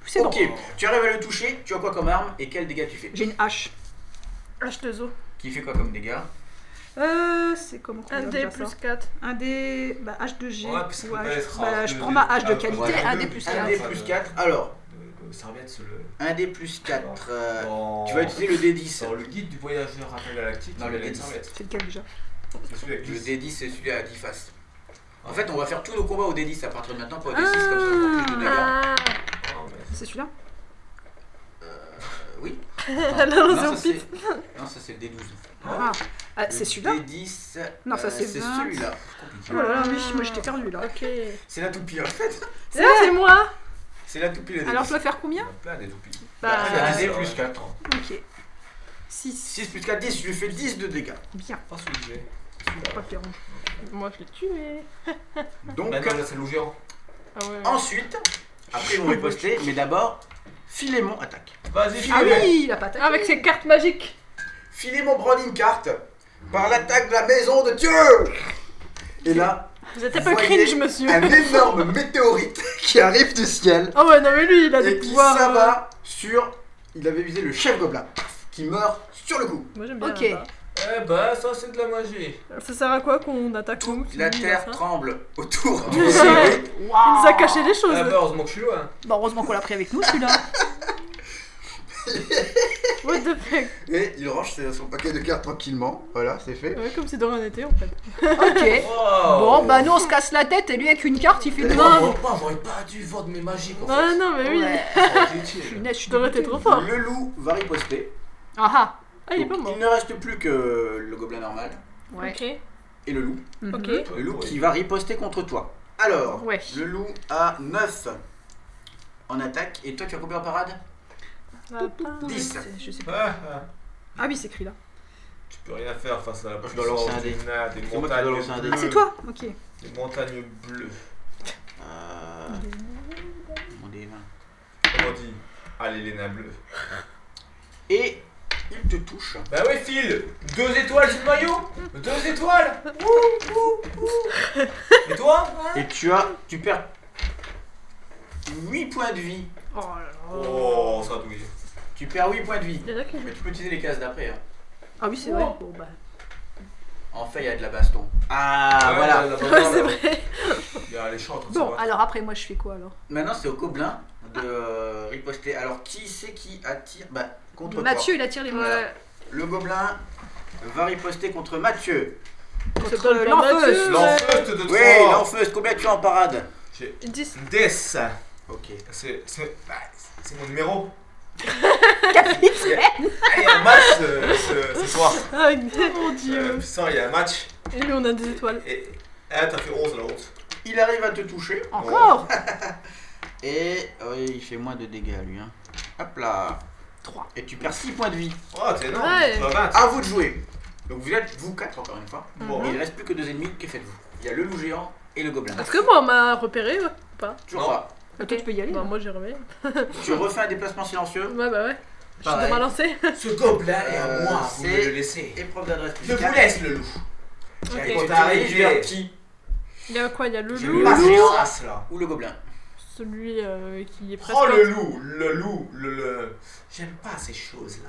S6: C'est bon.
S2: Ok, tu arrives à le toucher, tu as quoi comme arme et quel dégât tu fais
S6: J'ai une hache.
S4: H2O.
S2: Qui fait quoi comme dégâts
S6: Euh, c'est comment qu'on
S4: Un
S6: appelle
S4: D
S6: ça
S4: plus 4.
S6: Un D, bah, H2G.
S5: Ouais, parce que
S6: ou
S5: ça peut
S6: H-
S5: être
S6: bah,
S5: H2G.
S6: je prends ma hache de
S5: Ah,
S6: qualité,
S5: voilà.
S6: un D plus hein.
S5: Un quatre.
S2: 1 d
S5: D
S6: 4.
S2: plus
S5: plus
S2: 4. Alors,
S5: Le, le serviette se le.
S2: 1 d plus 4.
S5: Dans-
S2: Euh, tu vas utiliser le
S5: Dans
S2: D10.
S5: le guide du voyageur intergalactique,
S2: Dans
S5: il
S2: le
S5: y a une
S2: D10.
S5: serviette.
S6: C'est lequel déjà
S5: C'est celui avec
S2: Le
S5: du-
S2: D10, c'est celui à 10 faces. En fait, on va faire tous nos combats au D10 à partir de maintenant pour au D6, comme ça on prend plus de dégâts.
S4: Ah
S5: Ah, ouais.
S6: C'est celui-là
S2: Euh, oui
S4: La lance
S2: ça,
S4: au
S2: c'est-
S4: pif.
S2: non, ça c'est le D12.
S6: Ah,
S5: Hein
S6: euh,
S2: Le
S6: c'est celui-là
S2: D10.
S6: Non, ça,
S2: euh,
S6: c'est
S2: C'est
S6: 20.
S2: celui-là.
S6: Oh là là, oui, moi j'étais perdu là.
S4: Ok. Là,
S2: C'est la toupie en fait.
S4: c'est moi
S2: C'est la toupie le D10.
S6: Alors je dois faire
S5: Il y
S6: combien
S5: a plein des toupies.
S4: Bah,
S2: c'est un
S5: euh,
S2: D plus 4.
S6: Ok. 6.
S2: 6 plus 4, 10. Je lui fais 10 de dégâts.
S6: Bien,
S5: Pas soulevé.
S6: pas perdu.
S4: Moi, je l'ai tué.
S2: Donc,
S5: Maintenant, là, c'est le géant.
S4: Ah ouais.
S2: ensuite, après, ils vont riposter, mais d'abord, Philémon attaque.
S5: Vas-y,
S6: Ah
S5: fais-le.
S6: oui, la patate.
S4: Avec ses cartes magiques.
S2: Philémon prend une carte par l'attaque de la maison de Dieu Et là,
S4: Vous êtes un peu
S2: Voyez.
S4: cringe, monsieur.
S2: un énorme météorite qui arrive du ciel
S4: Ah ouais, non mais lui, il a des
S2: et qui
S4: pouvoirs. euh,
S2: s'abat sur... Il avait visé le chef gobelin, qui meurt sur le coup.
S4: Moi j'aime bien.
S6: Ok.
S4: là-bas.
S5: Eh bah, ça, c'est de la magie.
S4: Ça sert à quoi qu'on attaque nous
S2: Toute la
S4: qui nous
S2: terre
S4: a ça
S2: tremble autour du
S4: Ouais.
S2: météorite.
S4: Il
S6: Waouh
S4: nous a caché
S5: Ah
S4: des
S5: bah,
S4: choses.
S5: heureusement que je suis loin.
S6: Bah, heureusement qu'on l'a pris avec nous celui-là.
S4: What the fuck
S2: Et il range ses- son paquet de cartes tranquillement. Voilà, c'est fait.
S4: Ouais, comme si de rien n'était en fait.
S6: Ok. Bon, bah nous on se casse la tête et lui avec une carte il fait
S5: Non,
S6: une
S5: moi,
S6: main.
S5: moi, j'aurais pas dû vendre mes magiques en
S4: Ah
S5: fait.
S4: non, mais oui.
S6: Ouais,
S5: Ça aurait été utile.
S6: punaise, je suis
S4: Tu devrais
S6: dégoûtée.
S4: être trop fort.
S2: Le loup va riposter.
S6: Ah
S4: Oh. Ah, il est
S2: Donc,
S4: pas mort.
S2: il ne reste plus que le gobelin normal
S6: ah. Ouais.
S4: Ok.
S2: et le loup.
S6: Mhm.
S4: Ok.
S2: Le loup qui va riposter contre toi. Alors,
S6: Ouais.
S2: Le loup a 9 en attaque. Et toi, tu as combien en parade
S6: Oh.
S4: Ah, bah.
S6: Je
S2: Dix.
S6: sais- je sais pas.
S5: Ah, ah.
S6: Ah oui, c'est écrit là.
S5: Tu peux rien faire face à la
S2: Je dois lancer un
S5: puissance des
S2: dé.
S5: nains, des
S2: C'est moi qui dois
S5: montagnes
S2: lancer un dé.
S6: Ah, c'est
S2: Euh.
S6: toi Ok.
S5: Des montagnes bleues.
S2: euh... mon dé est vingt.
S5: Comment on dit Allez, les nains bleus.
S2: Et il te touche.
S5: Bah oui, Phil Deux étoiles sur le maillot Deux étoiles Ouh, ouh, ouh. Et toi
S2: Et tu as. Tu perds 8 points de vie.
S6: Oh là là.
S5: Oh, ça a douillé.
S2: Tu perds 8 points de vie.
S4: Il y en a qui
S2: Mais tu peux utiliser les cases d'après. hein.
S6: Ah oui, c'est vrai. Bon, bah.
S2: En fait, il y a de la baston. Ah,
S5: Ouais,
S2: voilà.
S5: là, là, là,
S4: Ouais,
S5: là.
S4: c'est vrai.
S5: Il y a les chants en train de se
S6: Bon,
S5: battre.
S6: alors après, moi je fais quoi alors
S2: Maintenant, c'est au gobelin de euh, riposter. Alors, qui c'est qui attire Bah, contre
S6: Mathieu, il attire les mains.
S4: Ouais.
S2: toi. Le gobelin va riposter contre Mathieu.
S4: C'est
S6: Contre
S4: pas le plan
S6: l'enfeuse.
S4: Mathieu.
S5: L'enfeuse de
S2: Oui,
S5: trois
S2: l'enfeuse, combien tu as en parade
S5: J'ai
S4: 10.
S5: 10
S2: Ok.
S5: C'est. C'est bah, c'est mon numéro
S6: Capitaine.
S5: Ah, Il y a un match euh, ce, ce soir
S4: Ah,
S6: Oh,
S4: mon dieu.
S5: Euh, Putain, il y a un match
S4: Et lui, on a des étoiles.
S5: Et. Ah, t'as fait 11 la honte
S2: Il arrive à te toucher.
S6: Encore
S2: Et oui, il fait moins de dégâts lui. Hein. Hop là.
S6: 3.
S2: Et tu perds 6 points de vie.
S5: Oh, t'es énorme
S4: Ouais. Ah.
S5: Tu vas 20
S2: À vous de jouer. Donc vous êtes vous 4 encore une fois.
S5: Bon,
S2: Et
S4: Mm-hmm.
S2: il reste plus que deux ennemis. Que faites-vous Il y a le loup géant et le gobelin.
S4: Est-ce que moi, on m'a repéré ouais, ou pas
S2: Tu,
S5: Non.
S2: refais-
S6: Ah, Toi, tu peux y aller.
S4: Bah, moi, j'ai remis.
S2: tu refais un déplacement silencieux.
S4: Ouais, bah ouais. Je suis
S2: Pareil.
S4: dans ma lancée.
S5: ce gobelin est à
S2: Euh,
S5: moi, vous
S2: c'est-
S5: me le laissez.
S2: Épreuve d'adresse.
S5: Je vous
S2: physique.
S5: laisse le loup
S2: Et
S5: Quand
S2: tu
S4: Ok.
S5: t'arrives,
S2: t'es diverti.
S4: Il y a quoi Il y a le
S5: J'ai
S4: loup,
S5: pas
S2: loup.
S5: cette race là.
S2: Ou le gobelin.
S4: celui euh, qui est presque.
S5: Prends Oh, le loup, le loup, le. le- J'aime pas ces choses là.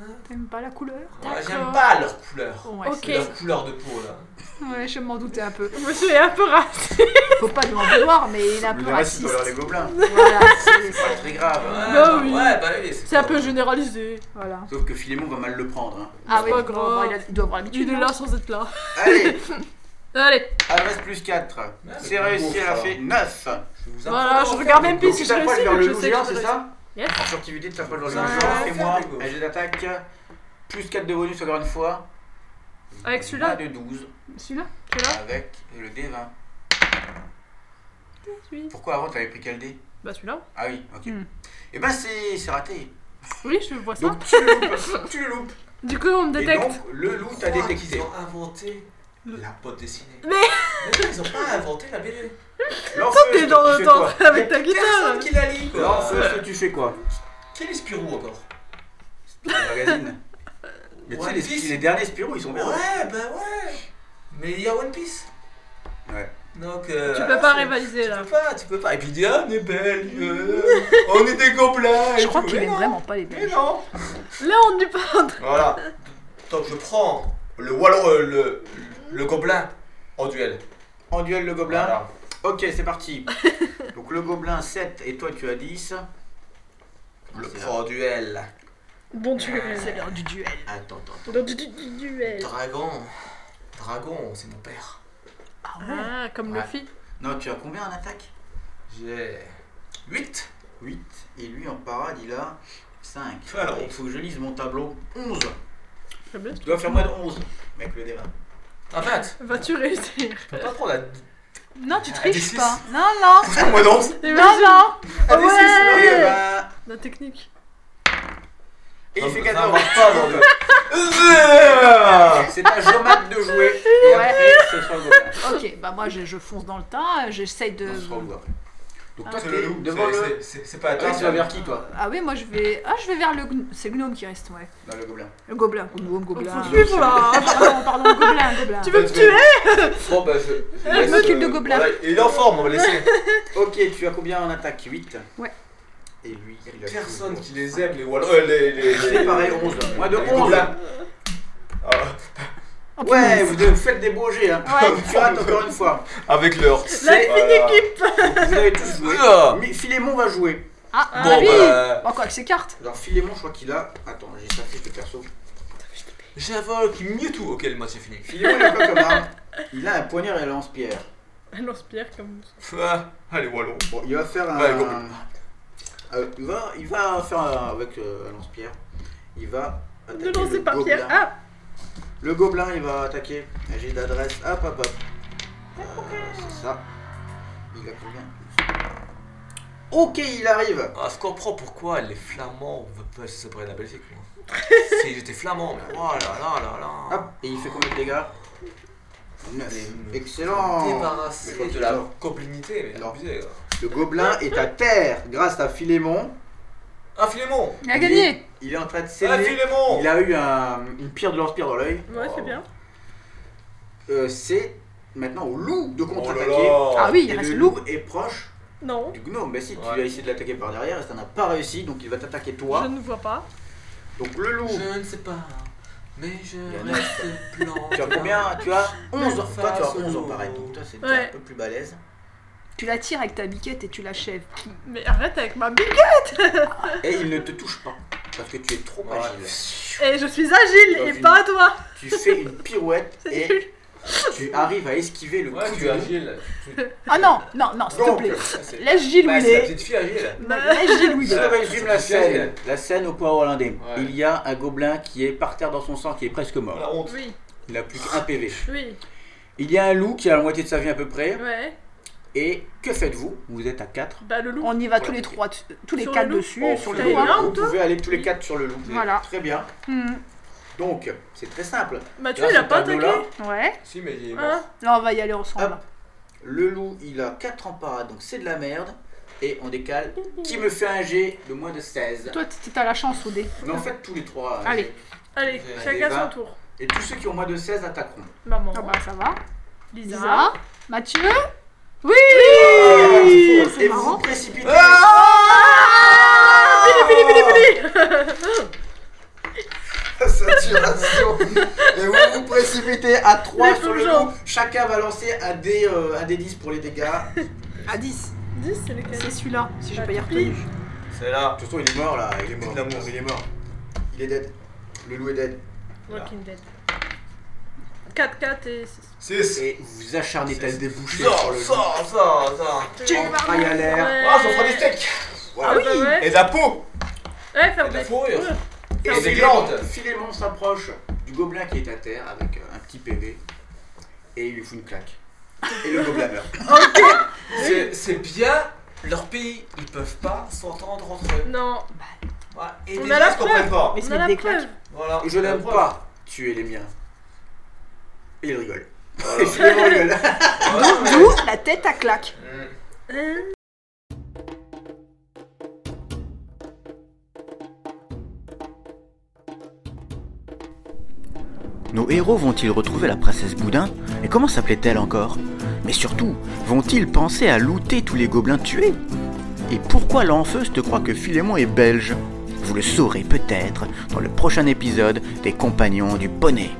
S6: hein. T'aimes pas la couleur
S4: D'accord.
S5: J'aime pas leur couleur.
S6: Ouais,
S4: Ok.
S5: Leur couleur de peau là.
S6: c'est- ouais, je m'en doutais un peu.
S4: Je me suis un peu rassée.
S6: Faut pas lui en vouloir, mais il est un peu
S2: Le reste,
S6: raciste.
S2: il doit avoir les gobelins.
S6: Voilà, c'est-
S2: C'est pas très grave. hein.
S5: Ouais,
S4: Bah oui.
S5: ouais, bah oui,
S4: C'est un
S5: pas-
S4: peu généralisé.
S6: voilà.
S2: Sauf que Philémon va mal le prendre. hein.
S6: Ah
S4: C'est
S6: oui,
S4: pas
S6: il doit avoir- il a- il doit avoir l'habitude.
S4: oh.
S6: hein.
S4: Il est
S6: non
S4: là sans être là.
S2: Allez,
S4: Allez,
S2: adresse plus 4.
S5: Ouais, mais
S2: Ah, C'est
S5: bon,
S2: réussi, elle a
S5: ça.
S2: fait 9.
S5: Je vous
S4: voilà,
S5: apprends
S4: je
S5: à faire
S4: regarde même
S5: des
S4: plus si je
S2: t'as pas
S4: réussis,
S2: vers
S4: donc
S2: le
S4: je
S2: loup
S4: sais que
S2: géant,
S4: je
S2: c'est
S4: réussis.
S2: ça
S4: Yes.
S2: En sortivité, tu t'as pas vers le loup
S5: Ça,
S2: géant.
S5: ouais,
S2: Fais-moi
S5: c'est rigolo.
S2: un jet d'attaque. Plus 4 de bonus encore une fois.
S4: Avec celui-là
S2: de 12.
S4: Celui-là Celui-là
S2: Avec le D20.
S4: Celui
S2: Pourquoi avant t'avais pris quel dé
S4: Bah celui-là.
S2: Ah oui, ok.
S6: Hmm.
S2: Et ben c'est c'est raté.
S4: Oui, je vois ça.
S2: Donc tu le loupes. tu le loupes.
S4: Du coup, on me
S2: Et
S4: détecte.
S2: donc le loup t'a
S5: Je crois qu'ils
S2: détecté.
S5: ont inventé la bande dessinée.
S4: Mais-
S5: non, ils ont pas inventé la BD.
S2: L'enfeu,
S4: T'es dans
S2: tu fais
S4: dans-
S2: quoi
S4: avec ta guitare.
S5: Personne qui la lit, quoi.
S2: L'enfeu, tu fais quoi
S5: Quel est Spirou encore
S2: Le magazine. Mais tu sais,
S5: One
S2: les,
S5: Piece.
S2: les derniers Spirou, ils sont bien.
S5: Ouais, bah ouais. Mais il y a One Piece.
S2: Ouais.
S5: Donc. euh,
S4: Tu
S5: voilà,
S4: peux pas
S5: c'est-
S4: rivaliser
S5: Tu
S4: là.
S5: peux pas, tu peux pas. Et puis il dit, ah, on est belle, Euh, on est des gobelins. et
S6: Je crois
S5: tout.
S6: qu'il
S5: Mais
S6: aime
S5: non,
S6: vraiment pas les
S5: Mais
S6: Belges.
S5: non.
S4: Là, on n'est pas.
S5: Voilà. Donc je prends le Wallon, euh, le, le gobelin en duel.
S2: En duel, le gobelin.
S5: Voilà.
S2: Ok, c'est parti. Donc le gobelin 7 et toi tu as 10.
S5: Le prends en duel.
S4: Bon duel.
S6: C'est l'heure du duel.
S5: Attends, attends.
S4: Donc du, du- du duel.
S5: Dragon. Dragon, c'est mon père.
S6: Ah ouais
S4: Ah, comme
S2: Ouais.
S4: Luffy.
S2: Non, tu as combien en attaque
S5: J'ai 8.
S2: 8. Et lui en parade il a 5.
S5: Alors.
S2: il faut que je lise mon tableau. 11.
S4: Très bien.
S2: Tu dois faire moins de 11 avec le débat.
S5: En fait,
S4: Vas-tu réussir
S5: je peux pas prendre la
S6: Non, tu
S5: Ah,
S6: triches
S5: D6.
S6: pas. Non, non.
S5: Moi non
S6: Non, non.
S2: Ah, des
S6: Ouais.
S2: six, le débat.
S4: La technique.
S2: Et il
S5: Ça-
S2: fait
S5: Ah, bah, ça
S2: 14.
S5: marche pas, bordel. Euh,
S2: C'est à Jomat de jouer. Et après, ce sera le gobelin.
S6: Ok, bah moi je, je fonce dans le tas, euh, j'essaye de.
S2: Non, ce sera le loup après. Donc toi
S5: C'est
S2: t'es
S5: le loup,
S2: devant
S5: c'est-
S2: le.
S5: c'est- c'est- C'est pas hein. à
S2: Ah,
S5: toi,
S2: tu vas vers qui toi
S6: Ah oui, moi je vais. Ah, je vais vers le. gn- C'est le gnome qui reste, ouais.
S2: Dans le gobelin.
S6: Le gobelin. Gnome, gobelin.
S4: Faut suivre, là.
S6: Ah, pardon, pardon, le gobelin, le gobelin.
S4: Tu veux me tuer
S5: Bon, bah, je.
S6: Je
S5: laisse,
S6: m'occupe de
S5: euh,
S6: gobelins.
S5: voilà, Il est en forme, on va laisser.
S2: Ok, tu as combien en attaque 8
S6: Ouais.
S2: Et lui, il a
S5: Personne qui les aime, les Wallons. euh, les- les-
S2: C'est
S5: les-
S2: pareil, 11. Moins de
S5: les
S2: 11
S5: gobelins. Ah,
S6: Oh,
S2: Ouais,
S6: punaise.
S2: vous devez- faites des beaux jets, hein. Tu rates encore une fois.
S5: Avec leur.
S4: La
S2: C'est-
S4: fine
S5: Voilà.
S4: équipe
S2: Vous avez tous joué.
S5: Ah.
S2: Mais Philémon va jouer.
S6: Ah,
S4: Ah,
S6: ah,
S5: Bon,
S6: lui
S5: bah.
S6: Encore avec ses cartes.
S2: Alors Philémon, je crois qu'il a. Attends, j'ai sa fiche de perso.
S5: J'avoue qu'il mieux tout. Ok, le match est fini.
S2: Philémon, il a quoi comme arme Il a un poignard et un lance-pierre.
S4: Elle inspire comme.
S5: Ah, Allez, Wallon.
S2: Bon, il va faire un.
S5: Ouais, gobelin.
S2: Euh, il, va, il va faire un- avec euh, un lance-pierre. Il va.
S4: Ne
S2: Attaquer
S4: lancez
S2: le
S4: pas
S2: gobelin.
S4: Pierre. Ah
S2: Le gobelin, il va attaquer. J'ai d'adresse. Hop, hop, hop. Euh, c'est ça. Il a combien Ok, il arrive.
S5: Ah, je comprends pourquoi les Flamands veulent pas se séparer de la Belgique, moi. si j'étais Flamand, mais oh là là là là.
S2: Hop, et il fait combien de dégâts 9.
S5: Des-
S2: Excellent Mais je
S5: Débarrassé
S2: crois
S5: de
S2: que
S5: la
S2: non.
S5: goblinité, mais
S2: Non.
S5: abusé. quoi.
S2: Le gobelin est à terre grâce à Philémon.
S5: Ah, Philémon
S6: Il a gagné.
S2: Il est en train de
S5: Ah,
S2: saigner.
S5: Philémon
S2: Il a eu un- une pierre de lance-pierre dans l'œil.
S4: Ah, Ouais, c'est bien.
S2: Euh, C'est maintenant au loup de
S5: Oh là
S2: contre-attaquer.
S5: là.
S6: Ah oui, il
S2: Et
S6: reste
S2: le
S6: le loup.
S2: loup est proche
S4: Non,
S2: du gnome. Mais si, tu
S5: Ouais.
S2: as essayé de l'attaquer par derrière et ça n'a pas réussi, donc il va t'attaquer
S4: je
S2: toi.
S4: ne vois pas.
S2: Donc le loup.
S5: Je ne sais pas, mais je
S2: y en a.
S5: reste plan.
S2: Tu as combien Tu as 11 ans.
S5: Face
S2: Toi, tu as
S5: au
S2: 11 ans
S5: loup.
S2: pareil. Donc toi, c'est déjà
S4: Ouais.
S2: un peu plus balèze.
S6: Tu la tires avec ta biquette et tu la chèves.
S4: Mais arrête avec ma bille
S2: Et il ne te touche pas parce que tu es trop
S5: Ouais.
S2: agile.
S4: Et Eh, je suis agile
S2: Dans
S4: et
S2: une-
S4: pas toi
S2: Tu fais une pirouette
S4: C'est
S2: et
S4: nul
S2: tu arrives à esquiver le
S5: Ouais,
S2: coup
S5: tu
S2: du
S5: es
S2: loup.
S5: agile. Tu- tu-
S6: Ah non, non, non, s'il te
S2: Donc,
S6: plaît.
S5: ça, c'est-
S6: Laisse Gilles où
S5: Bah,
S6: il
S5: c'est la
S6: est.
S5: petite fille agile.
S6: Laisse Gilles où il
S2: Je
S6: est.
S2: résume la scène. La scène au poids hollandais.
S5: Ouais.
S2: Il y a un gobelin qui est par terre dans son sang, qui est presque mort.
S5: La honte.
S4: Oui,
S2: Il n'a plus qu'un PV.
S4: oui,
S2: Il y a un loup qui a la moitié de sa vie à peu près.
S4: ouais.
S2: Et que faites-vous Vous êtes à 4.
S4: Bah le loup.
S6: On y va
S2: Ouais.
S6: tous les trois, tu- tous les
S4: Sur
S6: quatre
S4: le loup.
S6: dessus, sur le
S4: fait
S6: loup. hein.
S4: un
S2: Vous
S4: ou deux
S2: pouvez aller tous les 4 sur le loup.
S6: Voilà.
S2: Très bien.
S6: Hmm,
S2: Donc, c'est très simple.
S4: Mathieu,
S2: Là,
S4: il a
S2: ce
S4: pas attaqué
S2: tableau-là,
S6: Hmm. Ouais.
S5: Si, mais il est mort.
S4: Hein
S6: Là, on va y aller ensemble.
S2: Hop. Le loup, il a 4 en parade, donc c'est de la merde. Et on décale. Qui me fait un G de moins de 16
S6: Toi, t- t'as la chance, Oudé.
S2: Mais en fait, tous les euh, 3.
S6: Allez.
S4: Allez,
S5: J'ai
S4: chacun
S2: des
S4: son
S2: vingt.
S4: tour.
S2: Et tous ceux qui ont moins de 16 attaqueront.
S4: Maman.
S6: Ah bah, ça va.
S4: Lisa.
S6: Lisa. Mathieu Oui
S2: Ah. Et
S6: Ah, C'est
S2: vous vous
S6: marrant. Ah,
S2: précipitez.
S5: Ah
S4: Bili, bili, bili, bili.
S2: Saturation. Et vous vous précipitez à 3
S4: Les
S2: sur le
S4: plongeons.
S2: groupe. Chacun va lancer un dé, euh, un dé 10 pour les dégâts.
S6: À 10.
S4: 10, c'est lequel
S6: C'est celui-là, si j'ai
S4: Ah,
S6: pas y
S4: tant
S6: retenu.
S5: C'est là.
S2: De toute façon, il est mort là. Il est mort.
S5: Il est mort.
S2: Il est mort. Il est dead. Le loup est dead.
S4: Walking Dead. 4, 4 et 6.
S8: 6
S2: Et vous vous acharnez tel débouché sur
S5: Sors,
S2: le loup.
S5: sors, sors, sors.
S2: Tu vas y aller.
S5: Ah, ça fera des steaks.
S4: Ah oui
S8: Et
S4: Ouais,
S8: de la peau
S4: Ouais, faire
S5: Et de la
S4: des
S5: fourrure.
S4: Ouais.
S2: Et
S5: C'est
S2: Philémon,
S5: glandes.
S2: Philémon s'approche du gobelin qui est à terre avec euh, un petit PV et il lui fout une claque. Et le gobelin meurt.
S5: C'est- C'est bien leur pays. Ils peuvent pas s'entendre entre eux.
S4: Non,
S5: Voilà. Et
S4: On
S5: les
S4: a la
S5: gens se comprennent pas.
S6: Mais se
S4: on a
S6: mettre
S4: la
S6: des claques.
S4: preuve.
S5: Voilà.
S2: Je
S5: La
S2: n'aime
S5: preuve.
S2: pas tuer les miens. Et il rigole.
S5: Voilà.
S2: Et Philémon rigole.
S5: Voilà, mais-
S6: D'où la tête à claque.
S5: Mm.
S4: Hein
S3: Nos héros vont-ils retrouver la princesse Boudin Et comment s'appelait-elle encore Mais surtout, vont-ils penser à looter tous les gobelins tués Et pourquoi l'enfeuste croit que Philémon est belge Vous le saurez peut-être dans le prochain épisode des Compagnons du Poney.